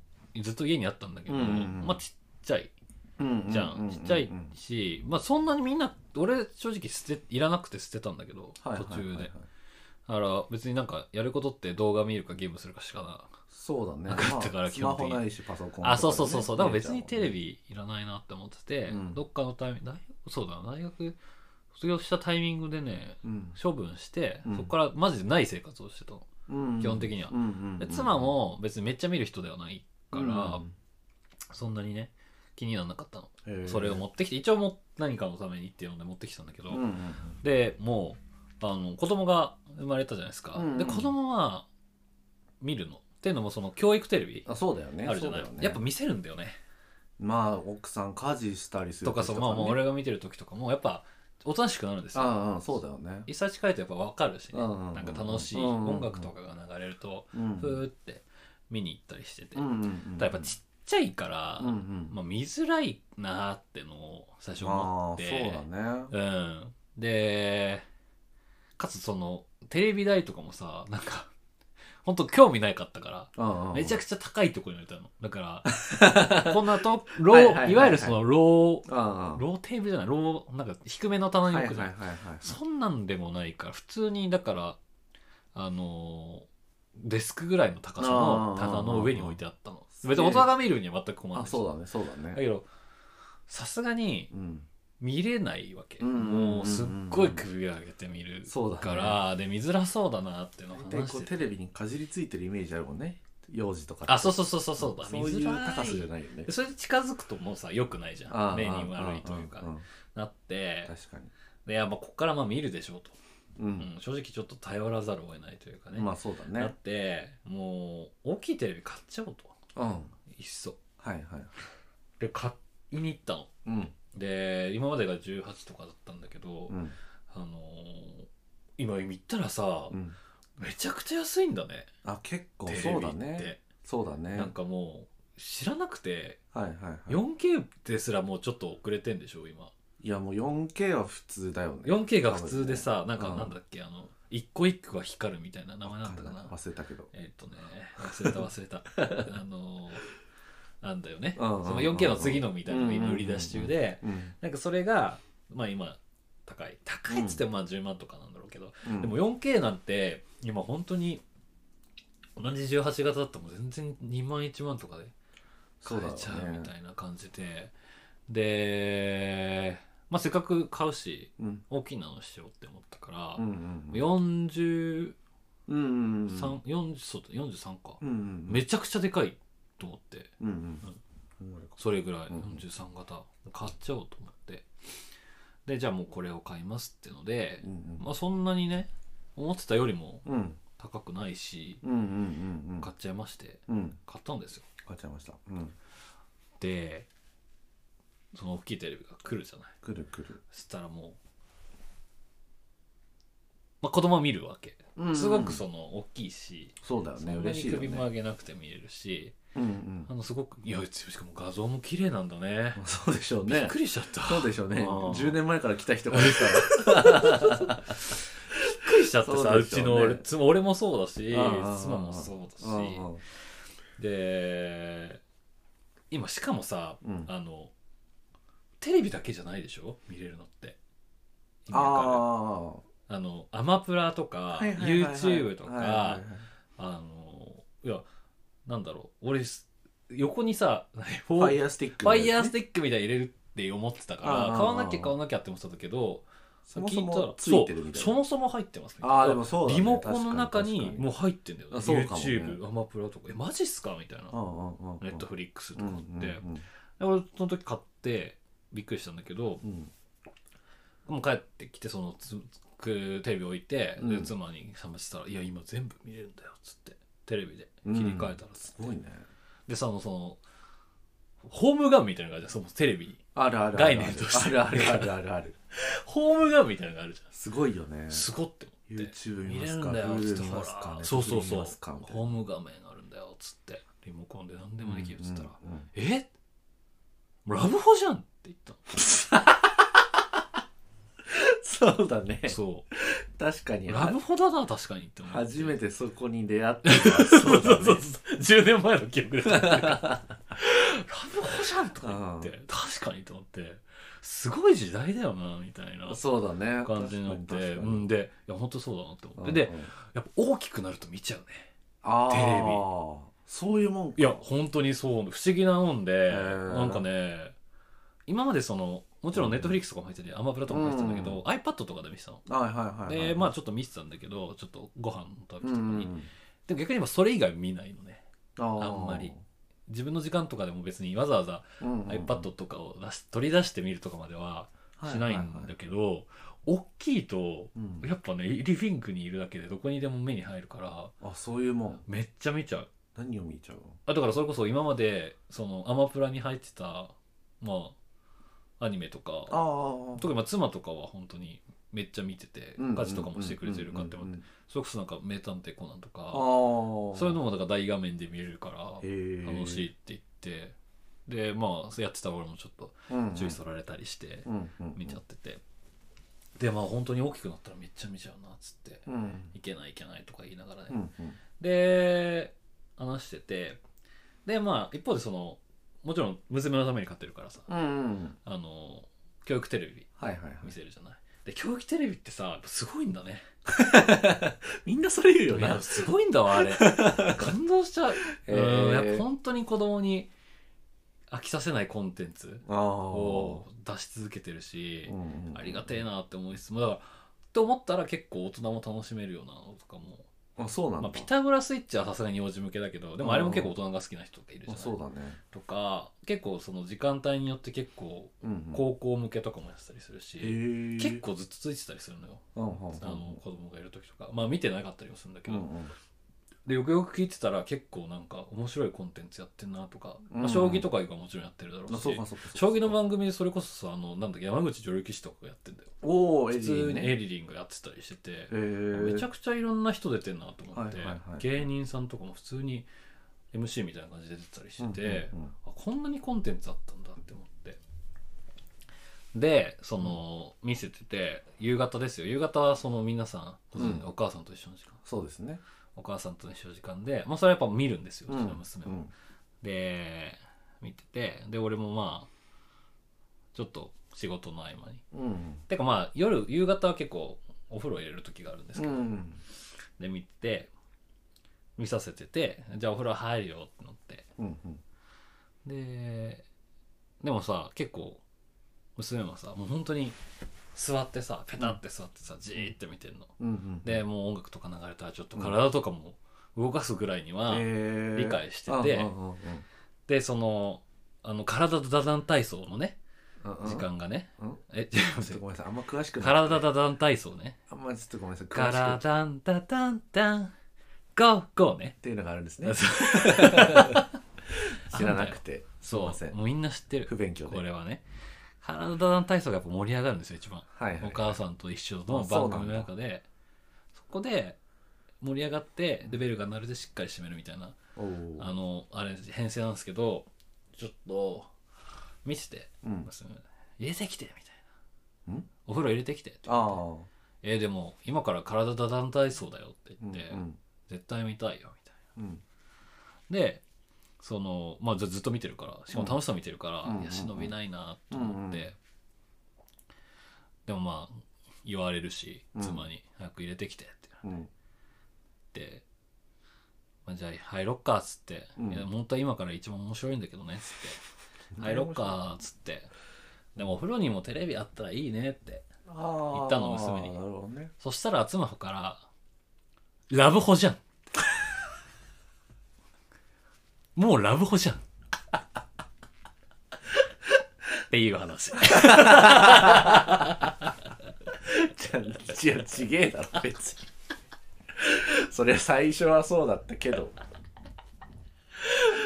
B: ずっと家にあったんだけど、
A: うんうんうん
B: まあちっちゃいじゃん,、
A: うううう
B: ちっちゃいしまあそんなにみんな俺正直捨ていらなくて捨てたんだけど、
A: はいはいはいはい
B: 途中でだから別になんかやることって動画見るかゲームするかしかな
A: そうだね
B: なかったから
A: まあス
B: 基
A: マ
B: 本的
A: ホ
B: に
A: ないしパソコンとかでね
B: あそうそうそうそうだから別
A: 見
B: に
A: れちゃ
B: テ
A: うも
B: レ
A: んね
B: ビいらないなって思ってて、
A: うん
B: どっかのタイミング大そうだな大学卒業したタイミングでね
A: うん
B: 処分して、
A: うん
B: そこからマジでない生活をしてたの、
A: うん
B: 基本的には
A: うんうん
B: で妻も別にめっちゃ見る人ではないから、
A: うん
B: そんなにね気にはなかったの、
A: へー
B: それを持ってきて一応も何かのためにっていうので持ってきたんだけど、
A: うんうんうん
B: でもうあの子供が生まれたじゃないですか、
A: うんうん
B: で子供は見るのっていうのもその教育テレビ
A: あそうだよね
B: あるじゃない、
A: そうだよね
B: やっぱ見せるんだよね
A: まあ奥さん家事したりする
B: とかそう、まあ、もう
A: ね
B: 俺が見てる時とかもやっぱおとなしくなるんですよ
A: ああそうだよね
B: 一歳近いとやっぱ分かるしね、
A: うんうんうん
B: なんか楽しい、
A: うんうんうん
B: 音楽とかが流れると、
A: うん
B: ふーって見に行ったりしてて、
A: うんうんうん
B: ただやっぱちっちゃいから、
A: うんうん
B: まあ、見づらいなーってのを最初思って
A: ああそうだね
B: うん、でかつそのテレビ台とかもさなんか本当興味ないかったか
A: う
B: ら
A: んうん
B: めちゃ
A: くち
B: くちゃ高いところに置いたのだか らこんなとロ
A: はいはいはいは
B: ー
A: い
B: いわゆるそのロー
A: ゃうんうん
B: ローテーブルじゃないローなんか低めの棚に
A: はい
B: 置
A: は
B: く
A: い
B: じゃ
A: は
B: ん、
A: いはい
B: そんなんでもないから普通にだからあのーデスクぐらいの高さの棚の上に置いてあったの
A: あー
B: 別に大人が見るには全く困ら
A: あ
B: ないし
A: そうだねそうだ
B: だ
A: ね
B: けどさすがに
A: うん
B: 見れないわけ、
A: うんうんうんうん
B: もうすっごい首上げて見る
A: そうだね
B: から、で見づらそうだなっていうのを
A: 大体
B: 話
A: こう
B: して
A: テレビにかじりついてるイメージあるもんね幼児とかって
B: あそうそうそうそうそうだ、
A: そういう高
B: 高
A: さ
B: さ
A: じ
B: じ
A: ゃ
B: ゃない
A: ないよね
B: それで近づくともうさ良くないじゃ
A: あ
B: ん
A: あ
B: 目に悪いというか
A: ああああ
B: なって
A: 確かに
B: でいやまあこっからまあ見るでしょうと、
A: う
B: う
A: ん、
B: ん正直ちょっと頼らざるを得ないというかね、
A: まあそうだ
B: だ
A: ね
B: ってもう大きいテレビ買っちゃおうと
A: うんはい
B: っそ
A: はい
B: で買いに行ったの
A: うん
B: で今までが18とかだったんだけど、
A: うん
B: あのー今見たらさ、
A: うん
B: めちゃくちゃ安いんだね
A: あ結構
B: テレビって
A: そうだねそうだね
B: なんかもう知らなくて、
A: はいはいはい
B: 4K ですらもうちょっと遅れてんでしょ今
A: いやもう 4K は普通だよね
B: 4K が普通でさ、
A: 多
B: なん
A: 分ね
B: かなんだっけ、あの一個一個が光るみたいな名前なんだかな
A: 忘れたけど
B: えっ、とね忘れた忘れた あのーなんだよね、
A: うんうんうんうん
B: その 4K の次のみたいなのが今売り出し中で、
A: うん、
B: なんかそれがまあ今高い高いっつってもまあ10万とかなんだろうけど、
A: うん、
B: でも 4K なんて今本当に同じ18型だったらもう全然2万1万とかで買えちゃ
A: そうだろ
B: う
A: うね
B: みたいな感じで、で、まあ、せっかく買うし
A: うん
B: 大きなのしようって思ったから、
A: うんうんうん
B: 43、
A: うんうんうん
B: 40そうだ43か、
A: うんうん
B: めちゃくちゃでかいと思って
A: うんうん
B: それぐらい
A: うん
B: 43型買っちゃおうと思ってでじゃあもうこれを買いますってので、
A: うんうん
B: まあそんなにね思ってたよりも
A: うん
B: 高くないし
A: うんうんうんうん
B: 買っちゃいまして
A: うん
B: 買ったんですよ
A: 買っちゃいましたうん
B: でその大きいテレビが来るじゃない
A: くるくる
B: そしたらもう、まあ、子供は見るわけ
A: うんうん
B: すごくその大きいし、
A: そうだよ
B: そ
A: ね
B: んな
A: 嬉
B: に
A: しいよ
B: 首も
A: ね
B: 上げなくて見れるし、
A: うんうん
B: あのすごくいやしかも画像も綺麗なんだね
A: まあそうでしょう
B: びっ
A: ね
B: くりしちゃった
A: そうでしょうね
B: あー
A: 10年前から来た人からしたら
B: びっくりしちゃってさ
A: そうで
B: う
A: しょう
B: ち
A: ね
B: の俺妻俺もそうだし
A: ああ
B: 妻もそうだ
A: うん
B: しで今しかもさ
A: うんうん
B: あのテレビだけじゃないでしょ見れるのって今から
A: あ
B: あのアマプラとか
A: あ
B: YouTube と
A: はいはいは
B: か
A: い
B: あのいやなんだろう俺す横にさフ
A: ファイ
B: ァ
A: ヤースティック
B: イヤース
A: ティッ
B: ティックみたいに入れるって思ってたか
A: あああ
B: ら
A: あ
B: 買わなきゃ買わなきゃって思ってたけど
A: クそも
B: 聞
A: そ
B: いた
A: も
B: ら
A: つ
B: そ
A: いてるみ
B: う
A: たいな
B: そもそも入ってますみたい
A: ああで
B: な
A: もそうだね
B: リモコンの中
A: 確
B: に
A: か
B: もう入ってんだよ、ね、
A: あそうかもね
B: YouTube アマプラとかえマジっすかみたいな
A: うんうんうんうん
B: ネットフリックスとかって、
A: うんうん
B: で俺その時買ってびっくりしたんだけど
A: うん
B: もう帰ってきてそのつくテレビ置いて、
A: う
B: で
A: ん
B: 妻に冷ましたら「いや今全部見れるんだよ」っつってテレビで
A: うん
B: 切り替えたらっつ
A: す
B: って、
A: ごいね
B: でそのそのホームガンみたいなのがあるじゃんそのテレビに
A: あるあるある
B: 概念として
A: あるあるあるあるある
B: ホームガンみたいなのがあるじゃん
A: すごいよね
B: すごって思って
A: YouTube 見
B: 見
A: ま
B: れる
A: す
B: ん
A: か
B: だよっつ
A: Hulu
B: って
A: 見
B: ほ
A: ま
B: ら
A: すか
B: そうそう
A: Netflix
B: そ
A: 見
B: う
A: ますかみたいな
B: ホーム画面あるんだよっつってリモコンで何でもできるっつったら
A: うんうんうん
B: 「えラブホじゃん!」って言った
A: そうだね
B: のそう
A: 確かに
B: ラブホだな、確かにって思って。
A: 初めてそこに出会ったのは
B: そう
A: そうだ
B: そ
A: ね
B: うそう。10年前の記憶です。ラブホじゃんとか言って、 確かにと思って、すごい時代だよな、みたいな
A: そうだね
B: 感じになって、
A: 確かに確
B: う
A: かに
B: んで、いや、本当そうだなって思っ
A: う
B: て。
A: ん
B: で
A: う、ん
B: やっぱ大きくなると見ちゃうね。
A: あ
B: テレビ
A: ーそういうもんか
B: いや、本当にそう、不思議なもんで、
A: ー
B: なんかね、今までその、もちろんネットフリックスとかも入ってて、アマプラとかも入ってたんだけ
A: うん
B: ど、iPad とかで見てたの。
A: はいはいはいはい
B: で、まあちょっと見てたんだけど、ちょっとご飯の時と
A: うん
B: か
A: う
B: に。
A: ん
B: でも逆に今それ以外見ないのね。
A: あー
B: あんまり自分の時間とかでも別にわざわざ
A: うんうんうん
B: iPad とかを出し取り出してみるとかまではしない
A: はは
B: ん
A: は
B: だけど大きいと
A: うん
B: やっぱねリビングにいるだけでどこにでも目に入るか
A: あそういうも
B: ら
A: ん
B: めっちゃ見ちゃう
A: 何を見ちゃうの
B: あだからそれこそ今までそのアマプラに入ってたまあアニメとか
A: あ
B: 特にまあ妻とかは本当にめっちゃ見てて
A: あ
B: 家事とかもしてくれてるかって思って
A: て
B: それこそなんか名探偵コナンと
A: ああ
B: か
A: ー
B: そういうのもだから大画面で見れるから
A: へえ
B: 楽しいって言ってでまあやってた俺もちょっと注意そられたりして
A: うんうん
B: 見ちゃっててでまあ本当に大きくなったらめっちゃ見ちゃうなっつって
A: うん
B: いけないいけないとか言いながらね
A: うんうん
B: で話しててでまあ一方でそのもちろん娘のために買ってるからさ
A: うんうん
B: あの教育テレビ
A: はいはいはい
B: 見せるじゃないで教育テレビってさやっぱすごいんだね
A: みんなそれ言うよ
B: い
A: な
B: やす ごいんだわあれ感動しちゃう、
A: へー
B: うんやっぱ本当に子供に飽きさせないコンテンツ
A: あ
B: を出し続けてるし、
A: うん
B: ありがてえなって思いつつもだからって思ったら結構大人も楽しめるようなのとかも、
A: あそうなんだ、
B: まあ、ピタゴラスイッチはさすがに幼児向けだけどでもあれも結構大人が好きな人がいるじゃな
A: あ
B: い、
A: そうだね、
B: とか結構その時間帯によって結構
A: うんうん、
B: 高校向けとかもやってたりするし、
A: へえ
B: 結、構ずっとついてたりするのよ、
A: うんうんうん、
B: あの子供がいる時とかまあ見てなかったりもするんだけ
A: うん
B: ど、
A: うん
B: でよくよく聞いてたら結構なんか面白いコンテンツやってんなとか、
A: う
B: ま
A: ん
B: あ、将棋とかがもちろんやってるだろ
A: あ
B: うし、
A: そうかそうかそうか
B: 将棋の番組でそれこそさあのなんだっけ山口女流棋士とかがやってんだよ
A: おお
B: 普
A: エ
B: 通にエ
A: へ
B: リリンがやってたりしてて、
A: え
B: めちゃくちゃいろんな人出てんなと思って、
A: はいはいはい
B: 芸人さんとかも普通に MC みたいな感じで出てたりしてて、
A: うんうんうん
B: あこんなにコンテンツあったんだって思ってでその見せてて夕方ですよ夕方はその皆さんご存知
A: うん
B: お母さんと一緒の時間
A: そうですね
B: お母さんと一緒の時間で、まあ、それはやっぱ見るんですようちの娘も、
A: うん
B: で見ててで俺もまあちょっと仕事の合間に
A: うん
B: てかまあ夜夕方は結構お風呂入れる時があるんです
A: う
B: けど、
A: ん
B: で見て見させててじゃあお風呂入るよってなって
A: うんうん
B: ででもさ結構娘もさもう本当に座ってさペタって座ってさじーって見てるの
A: うんうん
B: でもう音楽とか流れたらちょっと体とかも動かすぐらいには、
A: え
B: 理解してて
A: うんうんうん
B: でそのあの体とダダン体操のね
A: うんうん
B: 時間がね、
A: うん
B: え違いま
A: ちょっ
B: す
A: とごめんなさいあんま詳しくない
B: 体ダダン体操ね
A: あんまちょっとごめんなさい詳
B: カ
A: しく
B: ラ
A: っ
B: ダンダダンダンゴーゴーね
A: ていうのがあるんですね 知らなくてすい
B: そ
A: ませ
B: うんもうみんな知ってる
A: 不勉強で
B: これはねカラダダン体操がやっぱ盛り上がるんですよ一番、
A: はいはい
B: お母さんと一緒
A: あ
B: の
A: そうなんだ
B: 番組の中でそこで盛り上がってでベルが鳴るでしっかり締めるみたいな
A: おー
B: あのあれ編成なんですけどちょっと見せて
A: うん
B: 娘入れてきてみたいなんお風呂入れてきて
A: あー
B: えーでも今から体ダダン体操だよって
A: う
B: 言
A: ん
B: っ
A: う
B: て、
A: ん
B: 絶対見たいよみたい
A: うん
B: なでそのまあじゃあずっと見てるからしかも楽しさ見てるから、
A: うん
B: いや忍びないなと思っ
A: うんう
B: て、
A: ん
B: でもまあ言われるし
A: うん
B: 妻に「早く入れてきて」って
A: うん
B: 言って、まあ、じゃあ入ろっかっつって、
A: うん
B: いや本当は今から一番面白いんだけどねっ つって「入ろっか」っつってでもお風呂にもテレビあったらいいねって
A: あー
B: 言ったの娘に
A: なるほどね
B: そしたら妻から「ラブホじゃん」 もうラブホじゃんっていう話
A: じゃあじゃあちげえだろ別に そりゃ最初はそうだったけど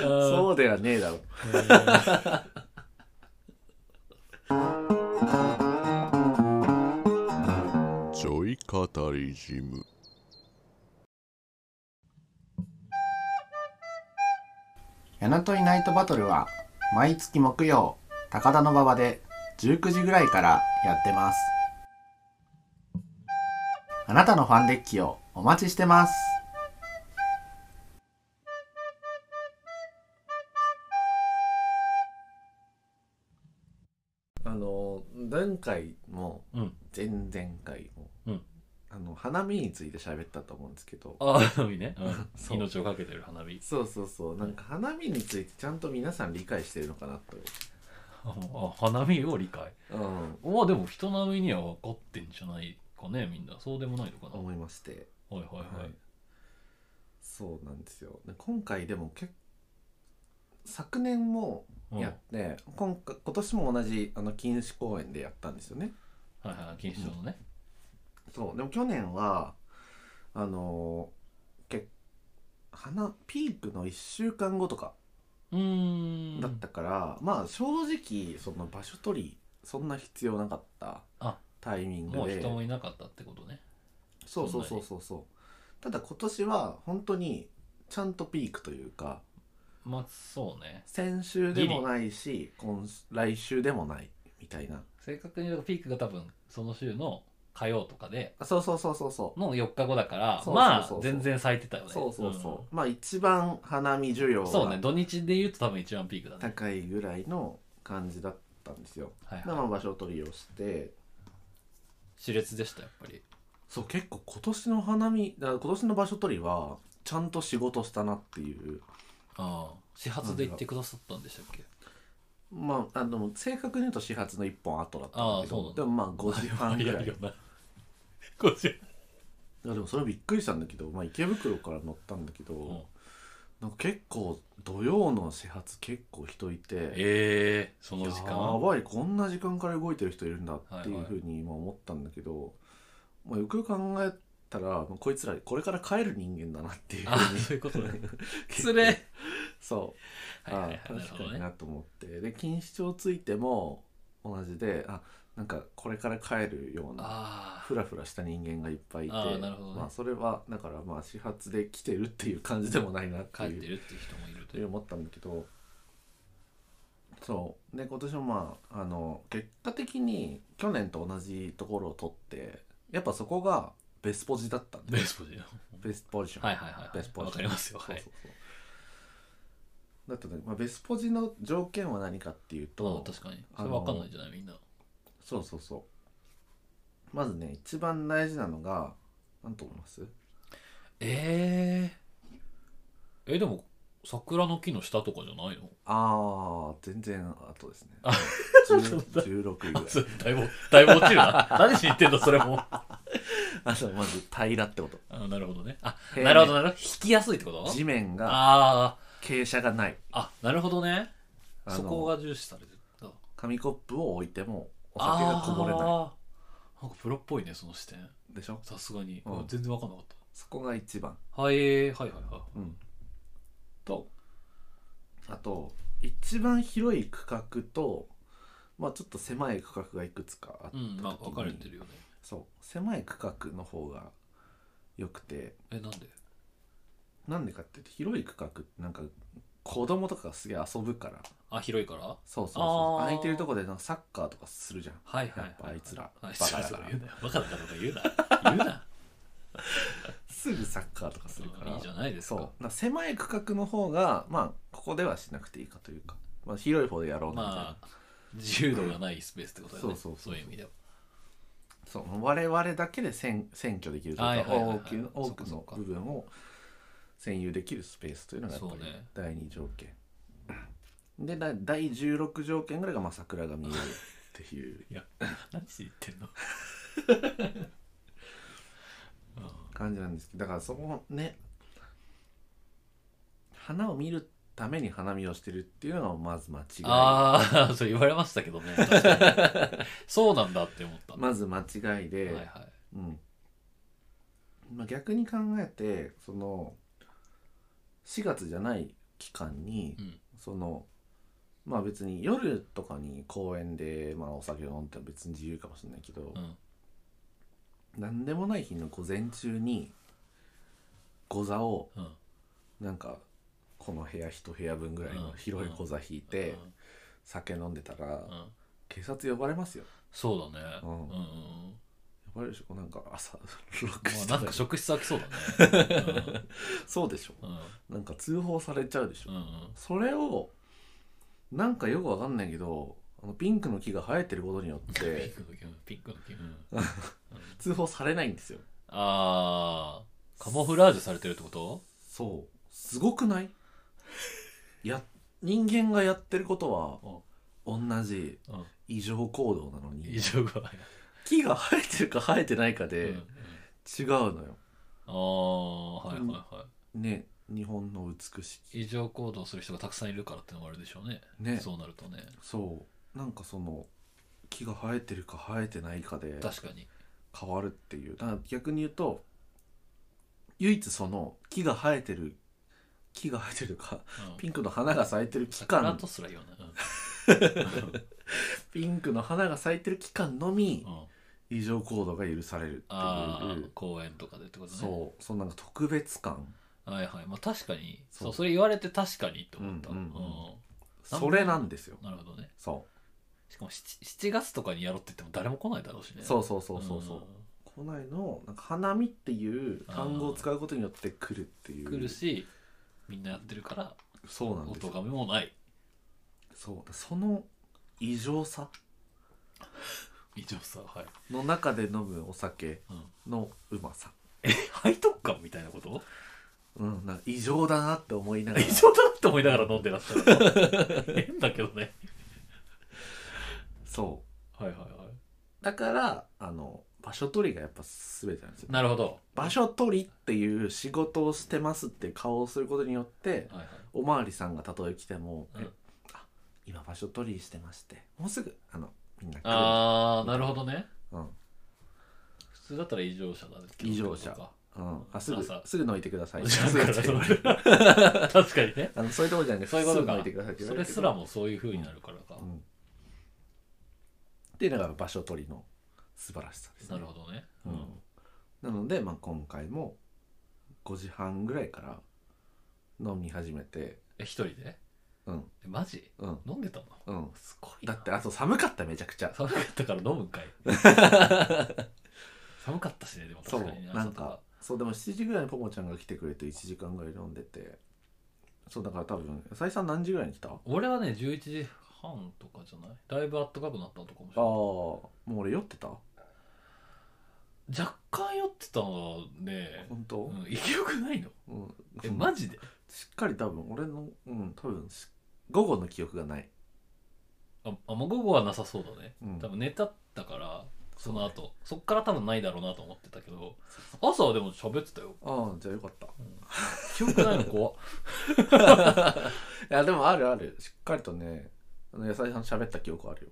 A: そうではねえだろ
C: ちょい語りジム
A: やなといナイトバトルは毎月木曜高田の馬場で19時ぐらいからやってますあなたのファンデッキをお待ちしてますあの前回も
B: うん
A: 前々回も、
B: うん
A: あの花見について喋ったと思うんですけど
B: ああ花火ね、うん
A: そう
B: 命をかけてる花火
A: そうそうそうなんか花見についてちゃんと皆さん理解してるのかなと、
B: ああ花火を理解
A: うん、
B: まあでも人並みには分かってんじゃないかねみんなそうでもないのかな、
A: 思いまして
B: はいはいはい、
A: そうなんですよで今回でも結昨年も
B: うん
A: やって、今回今年も同じあの錦糸公園でやったんですよね
B: はいはい錦糸町のね、
A: そうでも去年はあのーけ花ピークの1週間後とか
B: うーん
A: だったから、まあ正直その場所取りそんな必要なかった
B: あ
A: タイミングで
B: もう人もいなかったってことね
A: そうそうそうそうそうただ今年は本当にちゃんとピークというか
B: まあそうね
A: 先週でもないし今来週でもないみたいな
B: 正確に言うとピークが多分その週の火曜とかで
A: あそうそうそうそうそう
B: の4日後だから
A: そうそうそうそう
B: まあ全然咲いてたよね
A: そうそうそう、まあ一番花見需要
B: うんそうね
A: が
B: 土日で言うと多分一番ピークだね
A: 高いぐらいの感じだったんですよ
B: はい
A: ま
B: は
A: あ
B: い
A: まあ場所取りをして
B: 熾烈でしたやっぱり
A: そう結構今年の花見だから今年の場所取りはちゃんと仕事したなっていう
B: ああ始発で行ってくださったんでしたっけ
A: まあ、あの正確に言うと始発の1本後だったんだけ
B: ああそうな
A: ど
B: ん
A: で
B: だ
A: もまあ5時半ぐらい
B: 早よな50
A: いやでもそれびっくりしたんだけど、まあ、池袋から乗ったんだけど、
B: ん
A: なんか結構土曜の始発結構人いて
B: ええその時間
A: やばいこんな時間から動いてる人いるんだってい
B: は
A: う
B: いはい
A: ふうに今思ったんだけど、まあ、よくよく考えたらもうこいつらこれから帰る人間だなっていう
B: あ
A: ふうに
B: そういうことね
A: 結構
B: つれはい
A: そう
B: はいは
A: あ
B: いなる
A: 確
B: ほど
A: かに
B: ね
A: なと思って、で錦糸町ついても同じであなんかこれから帰るような
B: あ
A: ふらふらした人間がいっぱいいて
B: あーなるほどね
A: まあ、それはだからまあ始発で来てるっていう感じでもないなっ
B: あ帰
A: て
B: っ
A: い
B: て
A: う
B: るっていう人もいると
A: という思ったんだけどそうで今年もまああの結果的に去年と同じところを取ってやっぱそこがベスポジだったん
B: ベ
A: で
B: ースポジション
A: ベスポジション、
B: はいはいはい
A: ベスポジ
B: わかりますよはい
A: そうそうそうだったね、まあ、ベスポジの条件は何かっていう
B: あ
A: と
B: あ確かにそれわかんないんじゃないみんな
A: そうそうそうまずね一番大事なのが何と思います
B: えええでも桜の木の下とかじゃないの
A: ああ全然後ですね
B: あ
A: 10 16位ぐらい
B: それだいぶだいぶ落ちるな 何しに行ってんだそれも
A: あそうまず平らってこと
B: あなるほどねあ
A: 平面
B: なるほどなるほど引きやすいってこと
A: 地面が
B: あ
A: 傾斜がない
B: ああなるほどね
A: あの
B: そこが重視されてた
A: 紙コップを置いてもお酒がこぼれな
B: あーなんかプロっぽいねその視点
A: いでしょ
B: さすがに、
A: うん
B: うん全然わかんなかっ
A: そこが一番
B: たはいはいはいはい
A: うん、とあと一番広い区画と、まあ、ちょっと狭い区画がいくつかあった
B: う
A: 時に、
B: んまあ分かれてるよね
A: そう狭い区画の方が良くて
B: えなんで
A: なんでかっていうと広い区画ってなんか子供とかがすげえ遊ぶから
B: あ広いからは
A: そうそうそう
B: あー
A: 空いてるとこでなんかサッカーとかするじゃん
B: いはいはい
A: やっぱあいつら
B: は
A: バ
B: いそ
A: カ
B: う
A: だ
B: そ
A: か
B: う
A: ら
B: 言うなよバカだからとか言うな言うな
A: すぐサッカーとかするから
B: いいじゃないです
A: そう
B: か
A: なんか狭い区画の方がまあここではしなくていいかというか、まあ、広い方でやろうなみたいな、
B: まあ自由度がないスペースってことだよね
A: そうそうそう
B: いう意味では
A: そう我々だけで選選挙できると
B: はいいうは
A: か
B: いはいはい
A: 多くの
B: そ
A: 多く
B: っかそ
A: の
B: っか
A: 部分を占有できるスペースというのがやっぱり
B: そうね
A: 第二条件、でだ第16条件ぐらいがまあ桜が見えるっていう
B: いや何しに行ってんの
A: 感じなんですけどだからそこね花を見るために花見をしてるっていうのがまず間違い
B: ああ そう言われましたけどね確かにそうなんだって思った、
A: まず間違いで、
B: はいはい
A: うんまあ、逆に考えてその4月じゃない期間に、
B: うん
A: そのまあ別に夜とかに公園で、まあ、お酒を飲んでも別に自由かもしれないけど、
B: うん
A: なんでもない日の午前中にご座を
B: うん
A: なんかこの部屋一部屋分ぐらいの広いご座引いて、
B: うん
A: 酒飲んでたら、
B: うん
A: 警察呼ばれますよ
B: そうだね
A: う
B: うんんうんうん
A: 呼ばれるでしょなんか朝 6
B: ま
A: 時
B: あ
A: とか
B: なん
A: に
B: か職質開きそうだね。
A: そうでしょ
B: うんうん
A: なんか通報されちゃうでしょ
B: うんうん
A: それをなんかよくわかんないけどあのピンクの木が生えてることによっ
B: ピン
A: て
B: クの気分、ピンクの気分。
A: 通報されないんですよ
B: あー、カモフラージュされてるってこと
A: そうすごくないや人間がやってることは同じ
B: うん
A: 異常行動なのに
B: 異常が。
A: 木が生えてるか生えてないか
B: うんう
A: で
B: ん
A: 違うのよ、
B: あー、はいはいは
A: ね日本の美し
B: い。異常行動する人がたくさんいるからってのもあるでしょうね。
A: いねそ
B: そうなるとね。
A: うなんかその木が生えてるか生えてないかで
B: 確かに。
A: 変わるっていうだから逆に言うと唯一その木が生えてる木が生えてるか
B: うん
A: ピンクの花が咲いてる期
B: 桜
A: 間
B: とすら言わない。
A: ピンクの花が咲いてる期間のみ
B: うんうん
A: 異常行動が許されるって
B: あ
A: い
B: ー
A: う、
B: 公園とかでってことね。
A: そうそのなんか特別感
B: はいはい。まあ確かに、
A: そう
B: そう、それ言われて確かにって思った。
A: う
B: うん
A: うん
B: ん
A: それなんですよ
B: なるほどね。
A: そ
B: しかも 7, 7月とかにやろうって言っても誰も来ないだろうし
A: う
B: ね。
A: そうそうそうそうそう校内のなんか花見っていう単語を使うことによって来るってい
B: うん
A: う
B: 来るし、みんなやってるから、
A: そうなん
B: お
A: です
B: 咎
A: よ
B: めもない。
A: そうその異常さ
B: 以上さ、はい。
A: の中で飲むお酒
B: うん、
A: のうまさ
B: 背徳感みたいなこと
A: うん、なんか異常だなって思いながら
B: 異常だなって思いながら飲んでらっしゃるの。変だけどね。
A: そ
B: はいはいは
A: うだからあの場所取りがやっぱ全てなんですよ
B: いなるほど
A: 場所取りっていう仕事をしてますって顔をすることによって
B: はいはい
A: おまわりさんがたとえ来ても、
B: うん
A: えあ今場所取りしてましてもうすぐあのみんな来る
B: あーなるほどね
A: うん
B: 普通だったら異常者だね
A: 異常者
B: 今日とか
A: うん、あすぐ
B: 朝
A: すぐ抜いてください
B: じゃあ
A: すぐ
B: だ
A: 抜い
B: か
A: て
B: ら それ確かに ね
A: あのそういうとこじゃなくて
B: そういうこと
A: すぐ
B: か
A: 抜いてくださいって言
B: そ
A: われるけ
B: れ
A: ど
B: すらもそういう風になるからか、
A: うんっていうのが場所取りの素晴らしさです、ね、
B: なるほどね、
A: うんなので、まあ、今回も5時半ぐらいから飲み始めて
B: え一人で
A: うん
B: えマジ
A: うん
B: 飲んでたの
A: うん
B: すごいな
A: だってあと寒かっためちゃくちゃ
B: 寒かったから飲むんかい 寒かったしねでも
A: そう
B: 確かにね
A: なん
B: 朝と
A: かそうでも7時ぐらいにポポちゃんが来てくれて1時間ぐらい飲んでてそうだから多分再三何時ぐらいに来たあ
B: 俺はね11時半とかじゃないだいぶ暖かくなったとかもし
A: あ
B: れない
A: もう俺酔ってた
B: 若干酔ってたのはね、
A: 本
B: う
A: 当、
B: ん、勢いよくないの
A: うん
B: えマジで
A: しっかり多分俺のうん多分し午後の記憶がない、
B: ああもう午後はなさそうだね
A: うん、
B: 多分寝たったからその
A: そう
B: 後そっから多分ないだろうなと思ってたけど朝はでも喋ってたよ
A: ああじゃあよかった
B: 記憶ないの怖っ
A: いやでもあるあるしっかりとねあの野菜さんと喋った記憶あるよ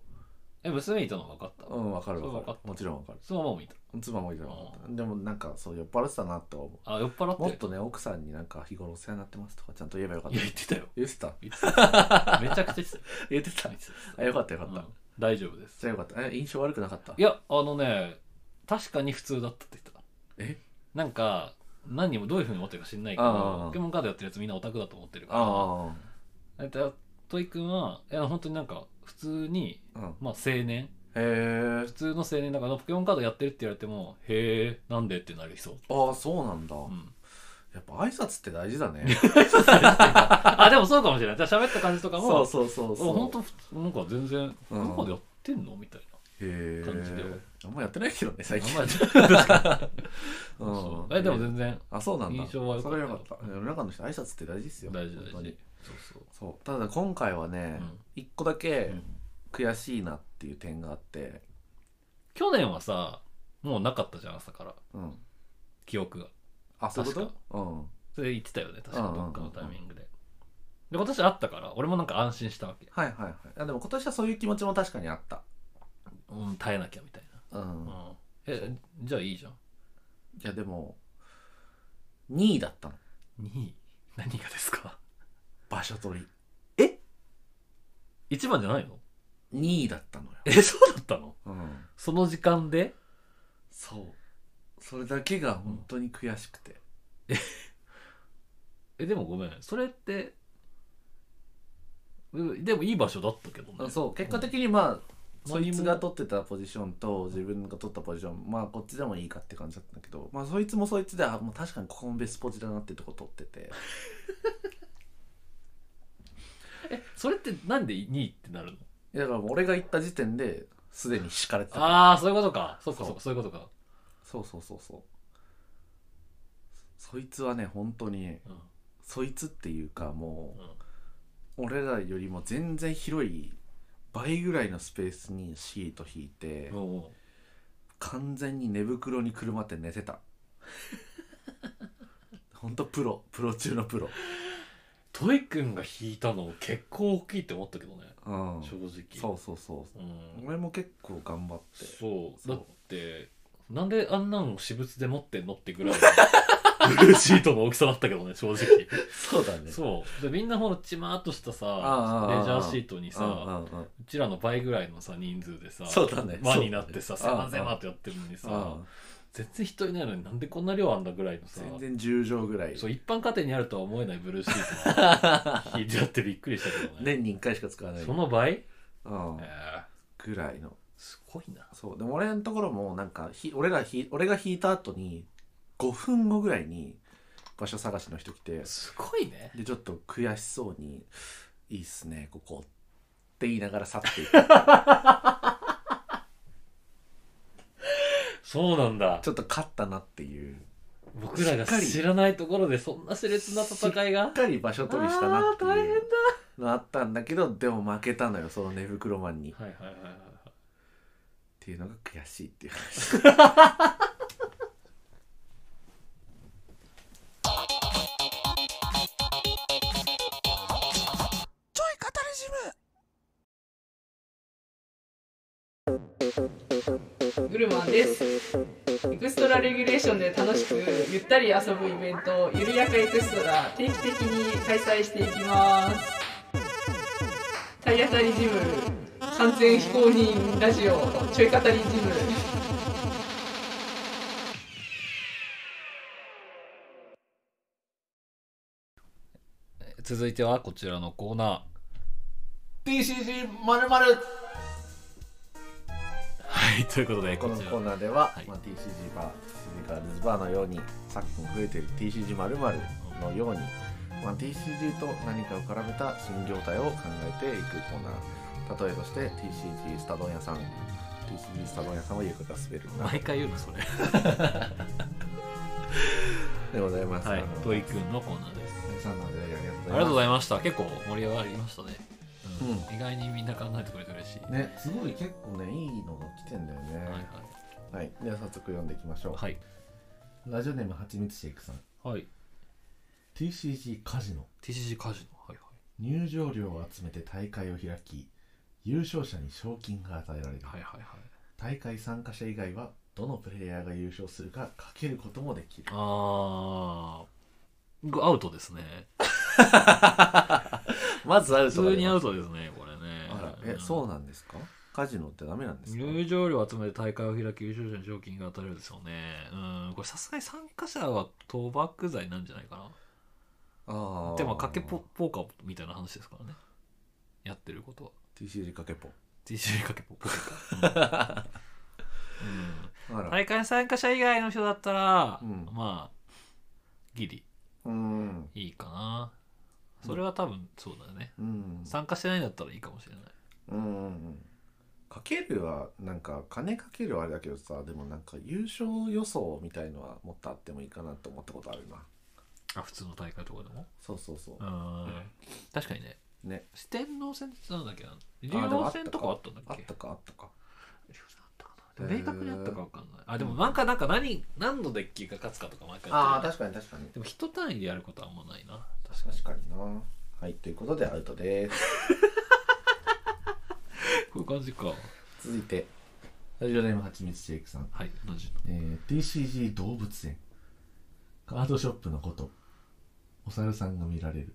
B: え娘いたの分かった
A: うんわかるわ
B: そう
A: か
B: わ
A: る
B: かった
A: もちろんわかる
B: そのまま見た
A: 妻もいたわでもなんかそう酔っ払ってたなって思
B: あ酔っ払っ
A: う
B: て
A: もっとね奥さんになんか日頃お世話になってますとかちゃんと言えばよかっ
B: い
A: た
B: や言ってたよ
A: 言ってた
B: 言って ためちゃくちゃ言ってた
A: 言ってた
B: 言って
A: あよかったよか
B: た
A: っ
B: う
A: た、
B: ん大丈夫です
A: じゃあよかったえ印象悪くなかった
B: いやあのね確かに普通だったって言ってた
A: え
B: なんか何人もどういうふうに思ってるか知んないけ
A: あ
B: ど
A: あ
B: ポケモンカードやってるやつみんなオタクだと思ってるか
A: あ
B: らえっとトイくんはいや本当になんか普通に
A: あうん
B: まあ青年
A: へえ
B: 普通の青年だからポケモンカードやってるって言われてもへえなんでってなりそう
A: ああそうなんだ、
B: うん、
A: やっぱ挨拶って大事だね
B: あでもそうかもしれ ないじゃあ喋った感じとかも
A: そうそうそうそう
B: あ本当普通なんか全然
A: うん
B: 今までやってんのみたい
A: へえ
B: 感じだよ
A: あんまやってないけどね
B: な
A: 最近
B: あんまり確か
A: う
B: に
A: ん
B: そうえでも全然
A: あそうなんだ
B: 印象は良
A: そ
B: かった
A: れはよかった世の中の人挨拶って大事ですよ
B: 大事大
A: 本当
B: 事
A: に
B: そうそう
A: そうただ今回はね
B: うん
A: 一、個だけ
B: うん
A: 悔しいなっていう点があって
B: 去年はさもうなかったじゃん朝から
A: うん
B: 記憶が
A: あそういうことうん
B: それ言ってたよね確
A: うんうん
B: か
A: うん
B: どっかのタイミングでで今年あったから俺もなんか安心したわけ
A: はいはいはいあでも今年はそういう気持ちも確かにあった
B: うん耐えなきゃみたい
A: うん、
B: なうんえじゃあいいじゃん
A: いやでも2位だったの
B: 2位何がですか
A: 場所取り
B: 一番じゃないの
A: 2位だったのよ、
B: えそうだったの
A: うん、
B: その時間で
A: そうそれだけが本当に悔しくて、
B: えでもごめんそれってうでもいい場所だったけど
A: あ
B: ね
A: そう結果的にまあ、そ
B: 何
A: い
B: も
A: つが取ってたポジションと自分が取ったポジションまあこっちでもいいかって感じだったんだけどまあそいつもそいつであもう確かにここもベスポジだなってとこ取ってて
B: えそれってなんで2位ってなる
A: い
B: の
A: やだからもう俺が行った時点ですでに敷かれてたから
B: ああそういうことかそうか
A: そう
B: そうかそういうことか
A: そうそうそうそうそいつはね本当に
B: うん
A: そいつっていうかも
B: うん
A: う俺らよりも全然広い倍ぐらいのスペースにシート引いて、
B: も
A: 完全に寝袋にくるまって寝てた ほんとプロプロ中のプロ
B: うトイくんが引いたの結構大きいって思ったけどね、
A: うん
B: 正直、、
A: そうそうそううん俺も結構頑張って
B: そう
A: そう
B: だってなんであんなの私物で持ってんのってぐらい のブルーシートの大きさだったけどね正直
A: そうだね
B: そうでみんなほらちまーっとした
A: あ
B: さ
A: ー
B: レジャーシートに
A: うんうん
B: さ
A: うん
B: うちらの倍ぐらいのさ人数でさ
A: そうだね
B: 輪になってさ
A: そうだね
B: 狭々とやってるのに
A: うんう
B: さ
A: ん
B: 全然人いないのになんでこんな量あんだぐらいのさ
A: 全然10畳ぐらい
B: そう一般家庭にあるとは思えないブルーシート が引いてあってびっくりしたけどね
A: 年に1回しか使わない
B: その倍、
A: うん
B: えー
A: ぐらいの
B: すごいな
A: そうでも俺のところもなんかひ俺らひ俺が引いた後に5分後ぐらいに場所探しの人来て
B: すごいね
A: でちょっと悔しそうに「いいっすねここ」って言いながら去っていく
B: そうなんだ
A: ちょっと勝ったなっていう
B: 僕らが知らないところでそんな熾烈な戦い
A: し
B: が
A: っかり場所取りしたなって
B: あー大
A: い
B: 変
A: うのあったんだけどでも負けたのよその寝袋マンに
B: はいはいはいはいは
A: っ
B: い
A: ていうのが悔しいっていう 話
C: ちょいカタリジム
D: ブルマですエクストラレギュレーションで楽しくゆったり遊ぶイベントゆるやかエクストラ定期的に開催していきます体当たりジム完全非公認ラジオちょい語りジム
B: 続いてはこちらのコーナ
A: TCG まるまる
B: ーはいということで
A: こ
B: こ
A: の
B: ちら
A: コーナーでは、
B: はい
A: まあ、TCG バー TCG からルズバーのように昨今増えている TCG まるまるのように、まあ、TCG と何かを絡めた新業態を考えていくコーナー例えとして TCG スタドン屋さん TCG スタドン屋さんは床が滑るな
B: 毎回言うのそれ
A: でございます、
B: はい
A: あの
B: 土井くんのコーナーです
A: たくさんのお便りありがとう
B: ありがとう
A: ござ
B: ご
A: い
B: ざいました結構盛り上がりましたね、うん
A: うん
B: 意外にみんな考えてくれて嬉しい、
A: ますねすごい結構ねいいのが来てんだよね
B: はいはい
A: はい、では早速読んでいきましょう、
B: はい、
A: ラジオネームはちみつシェイクさん TCG カジノ
B: TCG カジノはい
A: 入場料を集めて大会を開き優勝者に賞金が与えられる、
B: はいはいはいはい
A: 大会参加者以外はどのプレイヤーが優勝するかかけることもできる
B: あーアウトですね
A: まずアウ
B: 普通にアウトですねこれね
A: あらえそうなんですかカジノってダメなんですか
B: 入場料を集めて大会を開き優勝者に賞金が与えるんですよねうんこれさすがに参加者は賭博罪なんじゃないか
A: あ
B: な
A: ー
B: でも賭けポポーカーみたいな話ですからねやってることは
A: TCG かけポ
B: TCG かけポポーカー、うん
A: あら、
B: 大会参加者以外の人だったら、
A: うん
B: まあギリ
A: うん
B: いいかなそれは多分そうだよね、
A: うん
B: 参加してないんだったらいいかもしれない
A: うんうんうんかけるはなんか金かけるはあれだけどさでもなんか優勝予想みたいのはもっとあってもいいかなと思ったことあるな
B: あ普通の大会とかでも
A: そうそうそう
B: う、ん確かにね
A: ね
B: 四天王戦ってなんだっけな竜
A: あでもあ
B: 王
A: ったか
B: 戦とかあったんだっ
A: あっ
B: け
A: たかあったか
B: 竜王戦あったかなでも明確にあったかわかんないあでも
A: うん
B: なんかなんか何何のデッキが勝つかとか毎回
A: ああ
B: ってる
A: 確かに確かに
B: でも一単位でやることはあんまないな確かに
A: 確かになはいということでアウト です
B: こういう感じか
A: 続いてラジオネームはちみつシェイクさん、
B: はい同じ
A: えー TCG 動物園カードショップのことお猿さんが見られる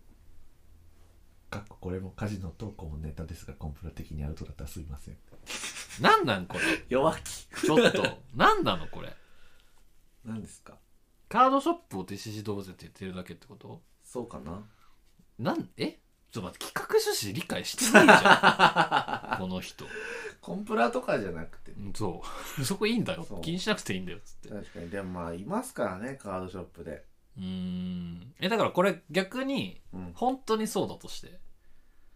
A: かっここれもカジノ投稿もネタですがコンプラ的にアウトだったらすいません
B: 何なんこれ
A: 弱気
B: ちょっ と何なのこれ
A: 何ですか
B: カードショップを TCG 動物園って言ってるだけってこと
A: そうかな
B: なんえちょっと待って企画趣旨理解してないじゃ んこの人
A: コンプラとかじゃなくて
B: うんそう そこいいんだよ
A: そう
B: 気にしなくていいんだよっつってう
A: 確かにでもまあいますからねカードショップで
B: ーんえだからこれ逆に
A: うん
B: 本当にそうだとして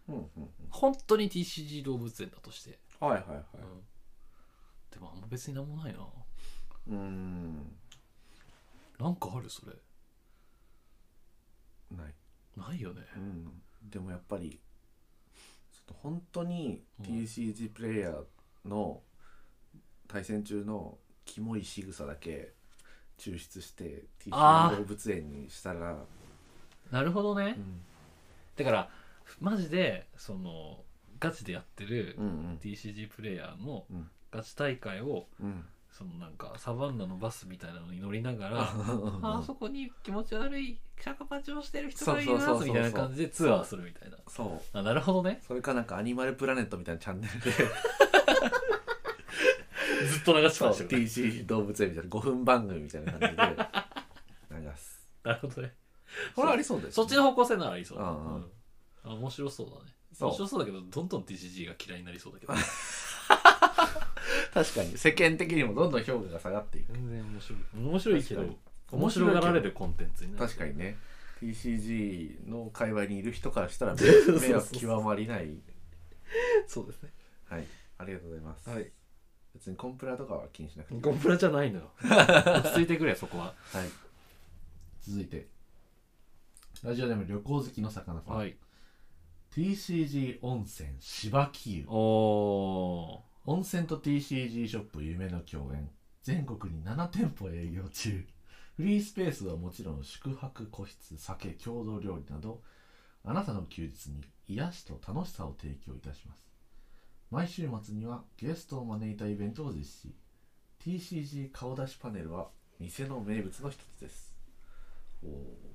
A: うんうんうん
B: 本当に TCG 動物園だとして、
A: はいはいはい
B: うんでもあんま別になんもないな
A: うーん
B: なんかあるそれ
A: ない
B: ないよね
A: うん、でもやっぱりちょっと本当に
B: うん
A: TCG プレイヤーの対戦中のキモい仕草だけ抽出して
B: あ
A: TCG
B: ー
A: 動物園にしたら、
B: なるほど
A: う
B: ね
A: ん、
B: だからマジでそのガチでやってる
A: うん
B: TCG プレイヤーの
A: うん
B: ガチ大会を
A: うんうん
B: そのなんかサバンナのバスみたいなのに乗りながら あ
A: あ
B: そこに気持ち悪い釈迦パチをしてる人がい
A: そうそうそうそう
B: ますみたいな感じでツアーするみたいな
A: そう
B: あなるほどね
A: それかなんかアニマルプラネットみたいなチャンネルで
B: ずっと流し て
A: そう
B: ましたよね
A: TCG 動物園みたいな5分番組みたいな感じで 流す
B: なるほどね
A: これありそうです、
B: そっちの方向性ならいいそうだ、
A: う
B: うん
A: うん
B: んあ面白そうだね
A: そう
B: 面白そうだけどどんどん TCG が嫌いになりそうだけど
A: 確かに世間的にもどんどん評価が下がっていく
B: 全然面白い面白いけど
A: 確
B: 面白がられるコンテンツになる
A: 確かにね TCG の界隈にいる人からした ら
B: う
A: 迷惑極まりない
B: そうですね
A: はいありがとうございます、
B: はい
A: 別にコンプラとかは気にしなくていい
B: ゴンプラじゃないのよ落ち着いてくれそこは
A: はい、続いてラジオでも旅行好きの魚さん、
B: はい
A: TCG 温泉芝木湯
B: お
A: 温泉と TCG ショップ夢の共演全国に7店舗営業中フリースペースはもちろん宿泊個室酒郷土料理などあなたの休日に癒しと楽しさを提供いたします毎週末にはゲストを招いたイベントを実施 TCG 顔出しパネルは店の名物の一つですおお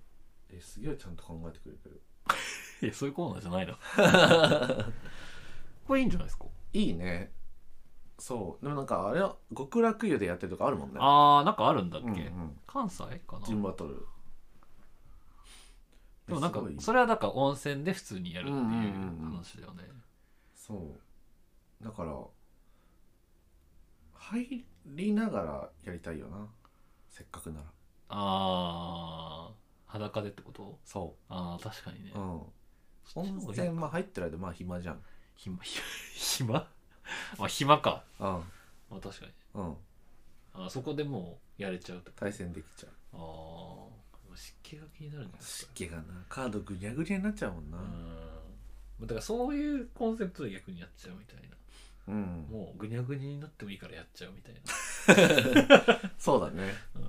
A: えすげえちゃんと考えてくれてる
B: いや、そういうコーナーじゃないな。 これいいんじゃないですか。
A: いいねそうでもなんかあれは極楽湯でやってるとかあるもんね
B: あー、なんかあるんだっけ、
A: うんうん
B: 関西かな
A: ジンバトル
B: でもなんか
A: すごい、
B: それはだから温泉で普通にやるっていう話だよね。
A: そうだから入りながらやりたいよなせっかくなら
B: あー、裸でってこと
A: そ
B: あー、確かにね。
A: ううん
B: そっちの
A: 温
B: 方がい
A: 泉
B: い
A: まあ入ってる間まあ暇じゃん
B: 暇、 暇暇まあ、暇か。
A: うん
B: まあ、確かに。
A: うん
B: あーそこでもうやれちゃうってこと
A: 対戦できちゃう
B: あー、湿気が気になるんです
A: 湿
B: か。
A: 気がなカードぐにゃぐにゃになっちゃうもんな
B: うーん。だからそういうコンセプトで逆にやっちゃうみたいな。
A: うん、
B: もうぐにゃぐにゃになってもいいからやっちゃうみたいな。
A: そうだね
B: うん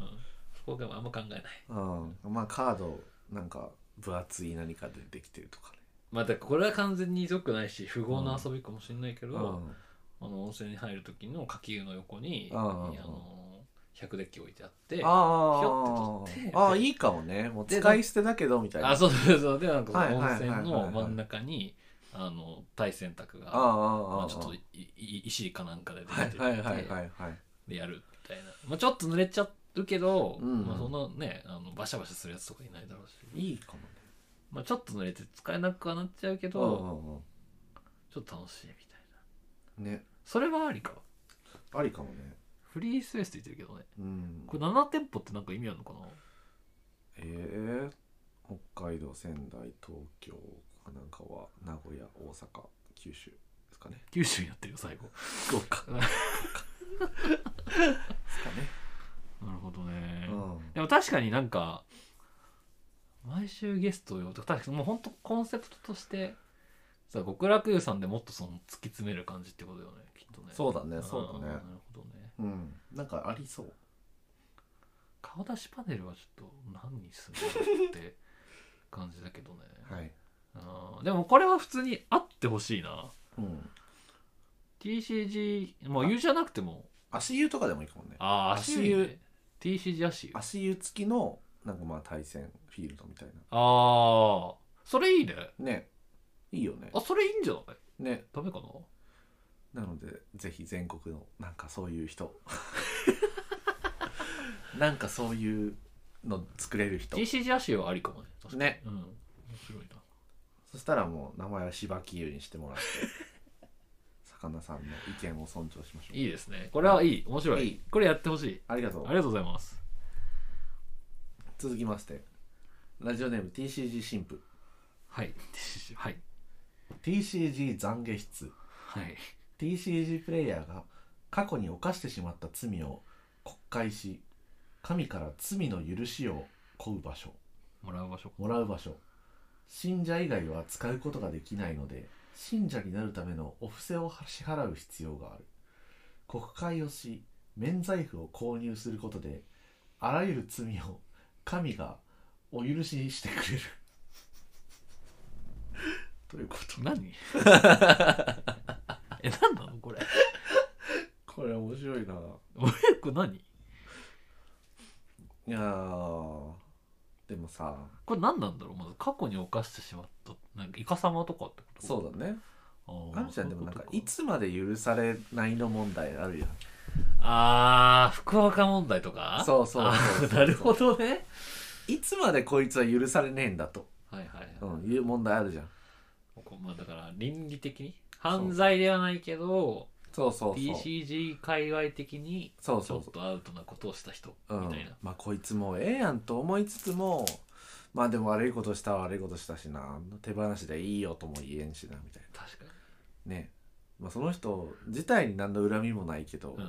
B: そこがあんま考えない。
A: うんまあカードなんか分厚い何かでできてるとかね
B: まあ、だからこれは完全に良くないし、不合な遊びかもしれないけど、
A: うん
B: あの温泉に入る時の下級の横に、
A: うん
B: あの100デッキ置いてあって、ひょ
A: あ
B: って取って
A: ーあーいいかもねもう使い捨てだけどみたいな
B: あそうそうそう、で、なんか
A: はい
B: その
A: はいは
B: 温
A: いはい
B: 泉
A: はい
B: の真ん中に、あの、対戦卓
A: ああ
B: が、
A: ああ
B: ま
A: あ
B: あ、
A: あ
B: ちょっといい石かなんかで出
A: はい
B: て
A: はいはい
B: て
A: はいはい
B: でやるみたいな。まあ、ちょっと濡れちゃうけど、
A: うん
B: まあ、そんなね、あのバシャバシャするやつとかいないだろうし、
A: いいかもね
B: まあ、ちょっと濡れて使えなくはなっちゃうけど、
A: うん
B: ちょっと楽しいみたいな。
A: うんね
B: それはありか。
A: ありかもね
B: フリースペースついてるけどね。
A: うん
B: これ7店舗ってなんか意味あるのかな
A: えー、北海道仙台東京神奈川名古屋大阪九州ですかね
B: 九州になってるよ、最後。
A: 福 岡
B: うん
A: ですかね
B: なるほどね。
A: うん
B: でも確かになんか、毎週ゲストを呼ぶとか、確かにもう本当コンセプトとして、さ、極楽湯さんでもっとその突き詰める感じってことだよね、きっとね。
A: そうだね
B: ん
A: そうだね
B: なるほどね。
A: うんなんかありそう
B: 顔出しパネルはちょっと何にするのって感じだけどね。
A: はい
B: うんでもこれは普通にあってほしいな。
A: うん、
B: TCG、まあ湯じゃなくても、
A: 足湯とかでもいいかもね
B: ああ、
A: 足
B: 足湯、ね。TCG 足湯。あ
A: 足湯付きのなんかまあ対戦フィールドみたい
B: あ、それいいね。
A: なねいいよね
B: あ、それいいんじゃない
A: ね
B: ダメかな
A: なのでぜひ全国のなんかそういう人 なんかそういうの作れる人
B: ?TCG 足湯はありかもね。確かに
A: ね。
B: うん。面白いな。
A: そしたらもう名前は芝木湯にしてもらって魚さんの意見を尊重しましょう
B: いいですね。これはいい。面白い。
A: いい
B: これやってほしい。
A: ありがとう
B: ありがとうございます。
A: 続きましてラジオネーム TCG 神父
B: はい。TCG はい。
A: TCG 懺悔室
B: はい。
A: TCG プレイヤーが過去に犯してしまった罪を告解し神から罪の許しを請う場所
B: もらう場所か。
A: もらう場所信者以外は使うことができないので信者になるためのお布施を支払う必要がある国会をし免罪符を購入することであらゆる罪を神がお許しにしてくれる ということ
B: 何え、何なのこれ。
A: これ面白いな
B: これ何
A: いやーでもさ
B: これ何なんだろうまず過去に犯してしまった、なんかイカ様とかってこと
A: そうだね
B: あー
A: 神ちゃんでもなん
B: そう
A: か
B: いうこと
A: いつまで許されないの問題あるやん
B: あー、福岡問題とか
A: そうそうそうそう
B: あーなるほどね。
A: いつまでこいつは許されねえんだと、
B: はいはい。
A: うん、いう問題あるじゃん
B: こまあだから倫理的に犯罪ではないけど、
A: そうそうそう。
B: DCG 界隈的に
A: そう
B: ち
A: そ
B: ょ
A: う
B: っとアウトなことをした人
A: そう。うん
B: みたいな。。
A: まあこいつもうええやんと思いつつも、まあでも悪いことしたは悪いことしたしな、手放しでいいよとも言えんしな、みたい
B: 確か
A: な。ね。まあその人自体に何の恨みもないけど、
B: に。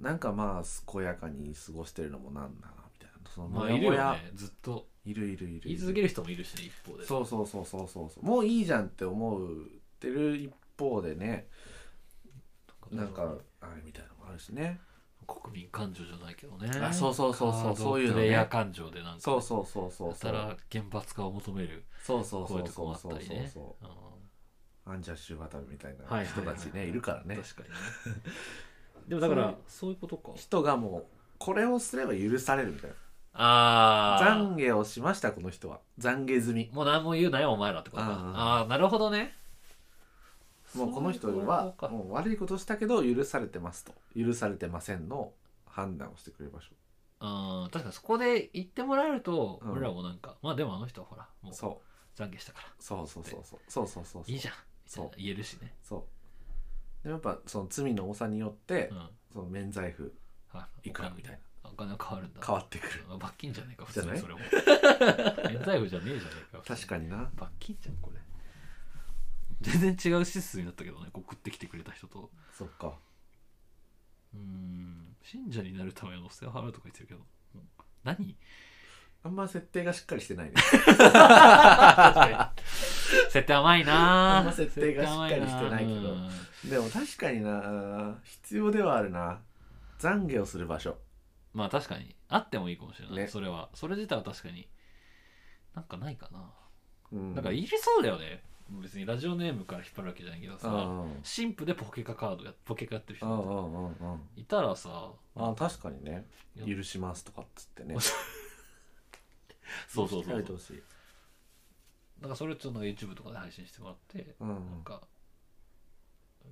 A: なんかまあ健やかに過ごしてるのもなんだな、みたいな。その
B: うん。ま
A: も
B: あ
A: や
B: いる
A: も
B: よ
A: や、
B: ね。ずっと
A: いるいるいる
B: 言い続ける人もいるしね、一方で。
A: そうそうそうそうそうそう。もういいじゃんって思うってる一方でね、
B: 徐
A: なん
B: 々
A: か
B: に
A: あれみたいなのもあるしね
B: 国民感情じゃないけどね
A: あそうそうそうそう
B: カード
A: そういうのね
B: プレイヤー感情でなんか
A: そうそうそうそうそ
B: た
A: う
B: ら厳罰化を求める
A: そうそう
B: 声
A: そうそう
B: とかもあっ
A: そ
B: た
A: う
B: り
A: そう
B: ね
A: そう
B: うん
A: アンジャッシュバタルみたい
B: はい
A: な
B: はいは
A: 人
B: い
A: たちねいるからね
B: 確かにねでもだからそういうことか
A: 人がもうこれをすれば許されるみたいな
B: ああ
A: 懺悔をしましたこの人は懺悔済み
B: もう何も言うなよお前らってことか
A: うんうん
B: ああなるほどね
A: もうこの人
B: そういう
A: は
B: ことか
A: もう悪いことしたけど許されてますと許されてませんの判断をしてくれましょ
B: うん確かにそこで言ってもらえると、
A: うん
B: 俺らもなんかまあでもあの人はほらも
A: う
B: う
A: そ
B: 懺悔したから
A: うそうそうそうそうそうそうそうそう
B: いいじゃん
A: そう
B: 言えるしね
A: そうでもやっぱその罪の重さによって、
B: うん
A: その免罪符
B: はい
A: いくらみたいな
B: なお金は変わるんだ
A: 変わってくる
B: あ罰金じゃねえか普通
A: じゃな
B: に
A: い
B: それも免罪符じゃねえじゃねえか
A: 確かにな
B: 罰金じゃんこれ全然違うシステムになったけどねこう送ってきてくれた人と
A: そっか
B: うーん信者になるためのお布施を払うとか言ってるけど、うん 何
A: あんま設定がしっかりしてないね
B: 設定甘いな
A: あんま設定がしっかりしてないけど
B: 設定甘うん
A: でも確かにな必要ではあるな懺悔をする場所
B: まあ確かにあってもいいかもしれない、
A: ね
B: それはそれ自体は確かになんかないかな、
A: うん
B: なんかいりそうだよね別にラジオネームから引っ張るわけじゃないけど
A: う
B: さ
A: んうん
B: 神父でポケカカードやポケカやってる
A: う
B: 人
A: ん
B: なん
A: う
B: て
A: んうんうん
B: いたらさ
A: あ確かにね
B: や
A: 許しますとかっつって ね
B: そうそうそ
A: や
B: う
A: ってほしい
B: なんかそれをちょっと YouTube とかで配信してもらって、
A: うん
B: なんか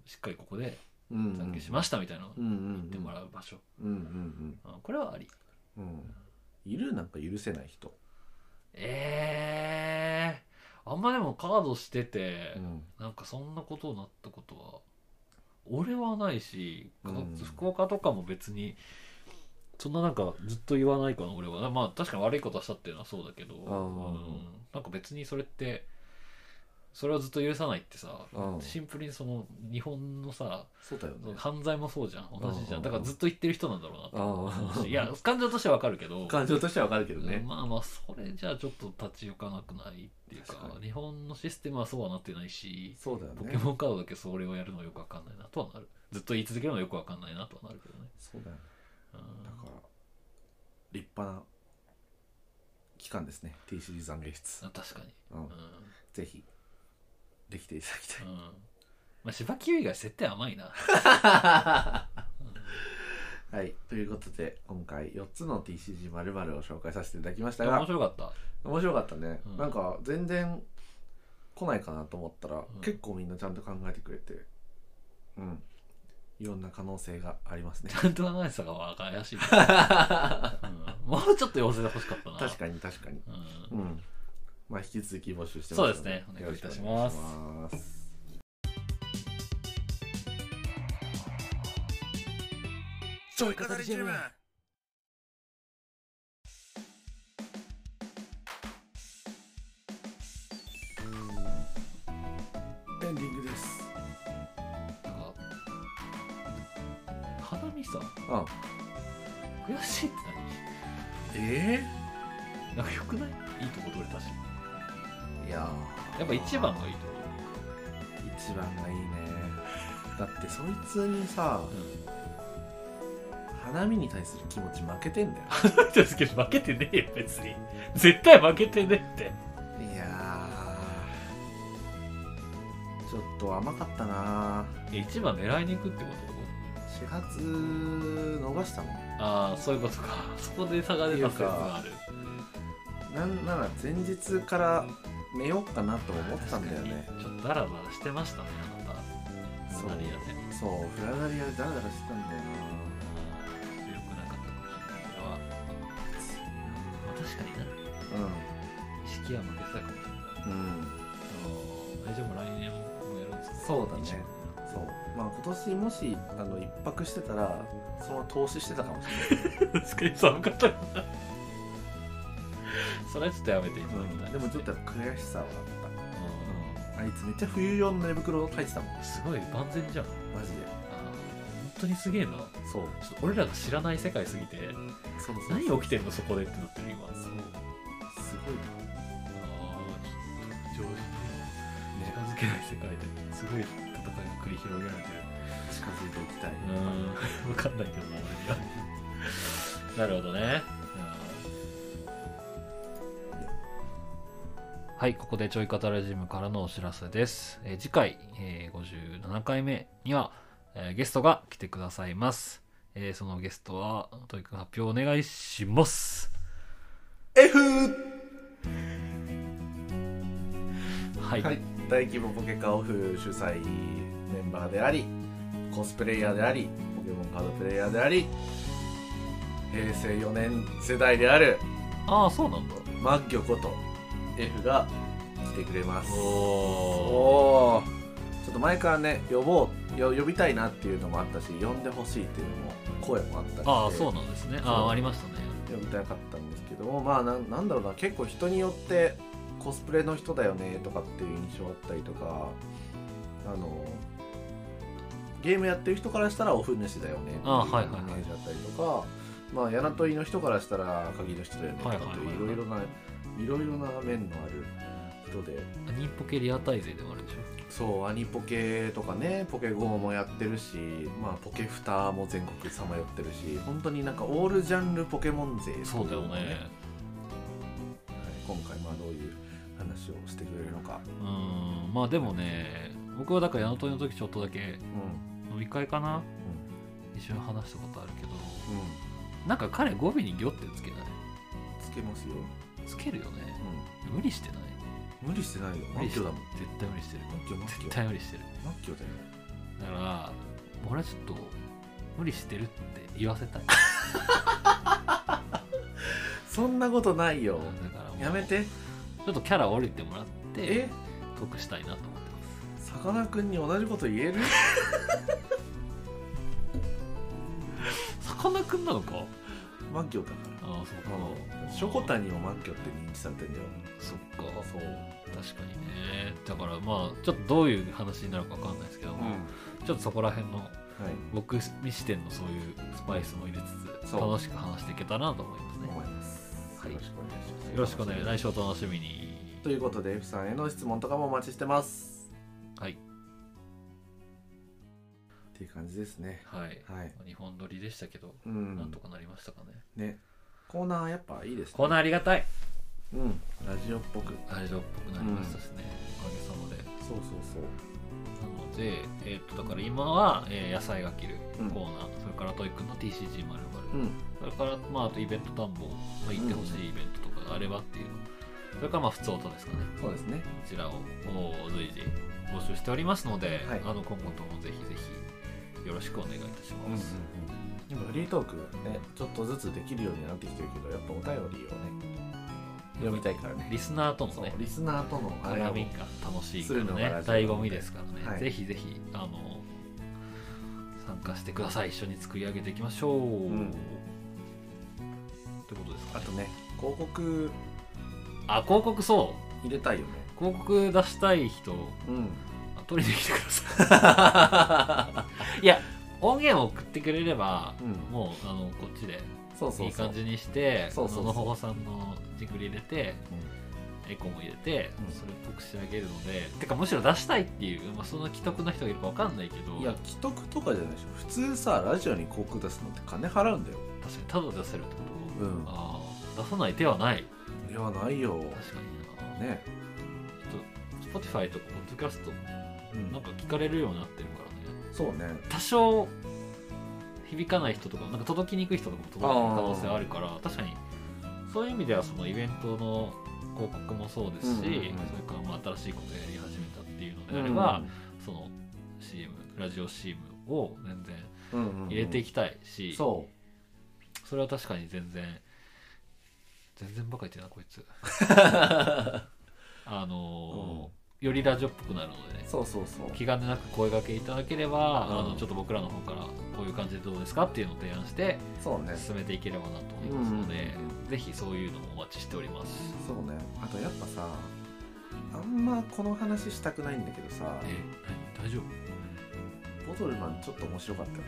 B: しっかりここで
A: うん
B: 懺悔しましたみたいなのを
A: うんうん
B: 言ってもらう場所、
A: うんうん
B: あこれはあり
A: うんうんいるなんか許せない人
B: ええあんまでもカードしてて、
A: うん
B: なんかそんなことになったことは俺はないし、か
A: うん
B: 福岡とかも別にそんななんかずっと言わないかな俺はまあ確かに悪いことはしたっていうのはそうだけど、
A: あー
B: うんなんか別にそれってそれをずっと許さないってさ、
A: うん
B: シンプルにその日本のさ
A: そうだよね
B: 犯罪もそうじゃん同じじゃ
A: うんん
B: だからずっと言ってる人なんだろうな
A: あ
B: と
A: あ
B: いや感情としてはわかるけど
A: 感情としてはわかるけどね
B: まあまあそれじゃあちょっと立ち行かなくないっていうか
A: 確かに
B: 日本のシステムはそうはなってないし
A: そうだよ
B: ポ
A: ね
B: ケモンカードだけそれをやるのはよくわかんないなとはなるずっと言い続けるのはよくわかんないなとはなるけどね
A: そうだよね
B: う
A: だ
B: ん
A: から立派な期間ですね TCG 懺悔室
B: あ確かに
A: うん
B: うん、
A: ぜひできていただきた
B: う
A: い
B: ん、まあ芝木以外設定甘いな
A: はいということで今回4つの TCG○○ を紹介させていただきましたが
B: 面白かった
A: 面白かったね、
B: うん
A: なんか全然来ないかなと思ったら、
B: ん
A: 結構みんなちゃんと考えてくれてうんいろんな可能性がありますね
B: ちゃんと考えてたかは怪しい、うん、もうちょっと寄せてほしかったな
A: 確かに確かに
B: に、
A: う
B: うん
A: んまあ引き続き募集して
B: そう
A: ま
B: ですす
A: の
B: ねお願いいたします
A: よろくお願いします
C: ちょい語りジム
A: エンディングです
B: なんか花見さ
A: うん
B: 悔しいって
A: え
B: 何なんかよくないいいとこ取れたし
A: えいやー
B: やっぱ一番がいいとこ
A: 一番がいいねだってそいつにさ
B: うん
A: 花見に対する気持ち負けてんだよ
B: ですけ ど負けてねえよ別に絶対負けてねえって
A: いやーちょっと甘かったな
B: 一番狙いに行くってこと
A: 始発逃したもん
B: ああそういうことか そこで差が出た説がある
A: なんなら前日から寝ようかなと思ったんだよね
B: 確かにちょっとダラダラしてましたねあなた
A: そう
B: かなりやね
A: そうフラダリアでダラダラしてたんだよな
B: 良くなかったかもしれないそれは、まあ、確かにな意識は負けてたかもしれ
A: うん
B: ない
A: うん
B: あの大丈夫来年もやるん ですか
A: そうだね
B: 一応
A: そうまあ今年もしあの一泊してたらその投資してたかもし
B: 確かに寒かったもんなそれはちょっとやめていた
A: れ
B: だ
A: ない
B: き、たい
A: でもちょっと
B: う
A: 悔しさはあった、
B: ん
A: あいつめっちゃ冬用の寝袋を履いてたもん
B: すごい万全じゃん
A: マジで
B: あー本当にすげえなちょ
A: そう
B: っと俺らが知らない世界すぎて
A: そうそう
B: 何
A: そう
B: 起きてんのそこでってなってる今あ
A: すごいな
B: あーちょっと常識に近づけない世界ですごい戦いが繰り広げられてる
A: し近づいていきたい、
B: うんわかんないけどな俺にはなるほどねうんはいここでちょいカタラジムからのお知らせです、えー次回、えー57回目には、えーゲストが来てくださいます、えーそのゲストはトイくん発表お願いします
A: えふ
B: はい、
A: はい、大規模ポケカオフ主催メンバーでありコスプレイヤーでありポケモンカードプレイヤーであり平成4年世代である
B: ああそうなんだ
A: マッギョこと F が来てくれます
B: おお
A: おーちょっと前からね呼ぼうよ呼びたいなっていうのもあったし呼んでほしいっていうのも声もあったりして
B: ああそうなんですねああありましたね
A: 読みたかったんですけどもまあなんなんだろうな結構人によってコスプレの人だよねとかっていう印象あったりとかあのゲームやってる人からしたらオフ主だよねっていうイメ
B: あはいはいはい
A: ージだったりとかまあやなといの人からしたら鍵の人だよねとかって
B: はいはいいう
A: い
B: はい
A: ろいろないろいろな面のある人で
B: アニポケリアタイ勢でもあるでしょ
A: そうアニポケとかねポケ GO もやってるし、まあ、ポケフタも全国さまよってるし本当になんかオールジャンルポケモン勢
B: そうだよね
A: はい今回まあどういう話をしてくれるのか、
B: うーんまあでもね僕はだから矢野問いの時ちょっとだけ
A: うん
B: 飲み会かな一緒に話したことあるけど
A: うん、
B: なんか彼語尾に「ギョ」ってつけない
A: つけますよ、
B: つけるよね無理してない
A: 無理してないよ
B: 無
A: マ
B: 理
A: ッ
B: し
A: キ
B: て
A: ョ
B: る
A: だもん
B: 絶対無理してる
A: マッキョマッキ
B: 絶
A: ョ
B: 対無理してる
A: マッキョだよ
B: だから俺はちょっと無理してるって言わせたい
A: そんなことないよ
B: だからもう
A: やめて
B: ちょっとキャラ降りてもらって
A: え
B: 得したいなと思ってます
A: さかなクンに同じこと言える
B: さかなクンなのか
A: マッキョだか
B: ああそう
A: らあの
B: か
A: ショコタニをマッキョって認知されてんだよ
B: そっか
A: そう
B: 確かにねだからまあちょっとどういう話になるかわかんないですけど、
A: うん
B: ちょっとそこら辺の
A: はい
B: 僕見視点のそういうスパイスも入れつつ
A: そう
B: 楽しく話していけたらなと思いますね
A: 思います、
B: はい
A: よろしくお願いします
B: よろしくお願い来週お楽しみに
A: ということで F さんへの質問とかもお待ちしてます
B: はい
A: っていう感じですね
B: はい
A: はい
B: 日本撮りでしたけど、
A: うん
B: なんとかなりましたかね
A: ねコーナーやっぱいいですね
B: コーナーありがたい
A: うんラジオっぽく
B: ラジオっぽくなりましたしね、おかげさ
A: そうそうそう
B: までなのでえーっとだから今は、えー野菜が切るコ
A: う
B: ー
A: ん
B: ナー、それからトイくんの TCG○○、
A: うん
B: それからまああとイベント探訪、まあ、行ってほしいイベントとかがあればっていうのそれからまあ普通音ですかね
A: そうですね
B: こちらを随時募集しておりますので、
A: はい
B: あの今後ともぜひぜひよろしくお願いいたします。
A: でもフリートークねちょっとずつできるようになってきてるけどやっぱお便りをね読みたいからね
B: リスナーとの
A: そう
B: ね、
A: リスナーとのあれ
B: 絡
A: を
B: みが楽しいか
A: するのが
B: らね
A: ラ、ジオ
B: 醍醐味ですからね、
A: はい
B: ぜひぜひあの参加してください。一緒に作り上げていきましょう。
A: ん
B: ってことですか、
A: あ
B: ね
A: と。ね広告
B: あ広告そ
A: 入れたいよね
B: う、広告出したい人
A: うん
B: 取りに来てくださ い。いや音源を送ってくれれば、
A: うん
B: もうあのこっちで
A: そうそうそう
B: いい感じにして
A: そうそうそう
B: のほほさんのジングル入れてエコーも入れて、
A: うん
B: それっぽく仕上げるのでてかむしろ出したいっていう、まあ、そんな既得な人がいるか分かんないけど
A: いや既得とかじゃないでしょ普通さラジオに広告出すのって金払うんだよ
B: 確かにただ出せるってこと、
A: うん
B: ああ出さない手はない
A: いやないよ
B: 確かにな、
A: ね
B: ちょっと Spotify とかポッドキャストも
A: うん
B: なんか聞かれるようになってるからね
A: そうね
B: 多少響かない人とかなんか届きにくい人とかも届く可能性あるから確かにそういう意味ではそのイベントの広告もそうですし、
A: うんうんうん
B: それからまあ新しいことをやり始めたっていうのであれば、その CM ラジオ CM を全然
A: うんうんうん
B: 入れていきたいし、
A: そ
B: それは確かに全然全然バカ言ってるなこい つあのーよりラジオっぽくなるのでね
A: うそうそうそう
B: 気兼ねなく声掛けいただければ、
A: うん
B: あのちょっと僕らの方からこういう感じでどうですかっていうのを提案して
A: そうね
B: 進めていければなと思いますので、
A: う
B: ぜひそういうのもお待ちしております。
A: そうねあとやっぱさあんまこの話したくないんだけどさ
B: え、何大丈夫
A: ボトルマンちょっと面白かったよね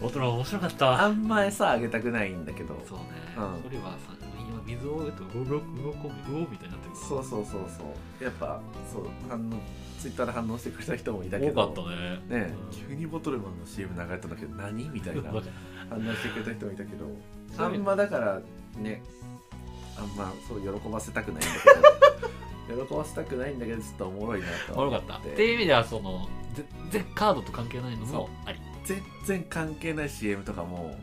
B: 大人面白かった
A: あんま餌あげたくないんだけど
B: そうね、
A: うん
B: それはさ今水を得とうろうろこみうおみたいになってる
A: そうそうそうそうやっぱそう反応ツイッターで反応してくれた人もいたけど
B: 多かったね
A: ね急にボトルマンの CM 流れたんだけど何みた いな
B: うん
A: 反応してくれた人もいたけど
B: そう
A: あ
B: いうん
A: まだからねあんまそう喜ばせたくないんだ けど喜ばせたくないんだけどちょっとおもろいなと
B: お
A: は
B: もろ
A: 思
B: かったっていう意味ではそのぜ全カードと関係ないのもあり
A: 全然関係ない CM とかも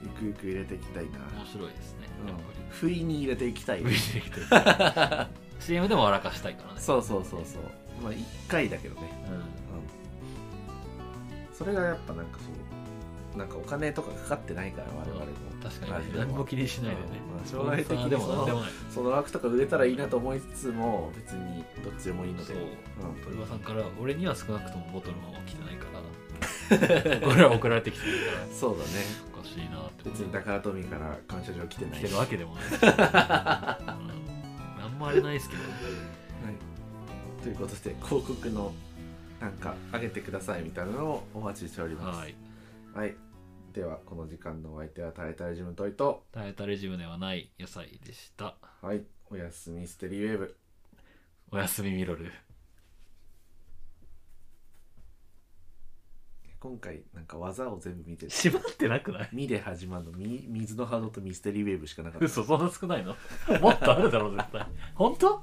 A: ゆくゆく入れていきたいな、
B: 面白いですねや
A: う
B: っぱ
A: ん、不意に入れていきたい
B: り CM でも笑かしたいからね
A: そうそうそうそうまあ1回だけどね
B: うん
A: うんそれがやっぱなんかそうなんかお金とかかかってないから我々も
B: 確
A: ラ
B: か
A: ジオ
B: に
A: は
B: 何も気にしないでね
A: うん
B: スポンサーでも何でもない
A: その枠とか売れたらいいなと思いつつも別にどっちでもいいので
B: そう
A: うん
B: 鳥羽さんから俺には少なくともボトルマンは来てない からこれは送られてきてるから
A: そうだね
B: おかしいなって
A: 別に宝富から感謝状来てない
B: 来
A: して
B: るわけでもないうんあんまあれないですけど
A: はい、ということで広告のなんか上げてくださいみたいなのをお待ちしております
B: は、い
A: はいではこの時間のお相手はタレタレジムトイと
B: タエタレジムではない野菜でした
A: はいおやすみステリーウェーブ
B: おやすみミロル
A: 今回なんか技を全部見てる
B: 閉まってなくない
A: ミで始まるのミ水の波動とミステリーウェーブしかなかった
B: 嘘そんな少ないのもっとあるだろう絶対本当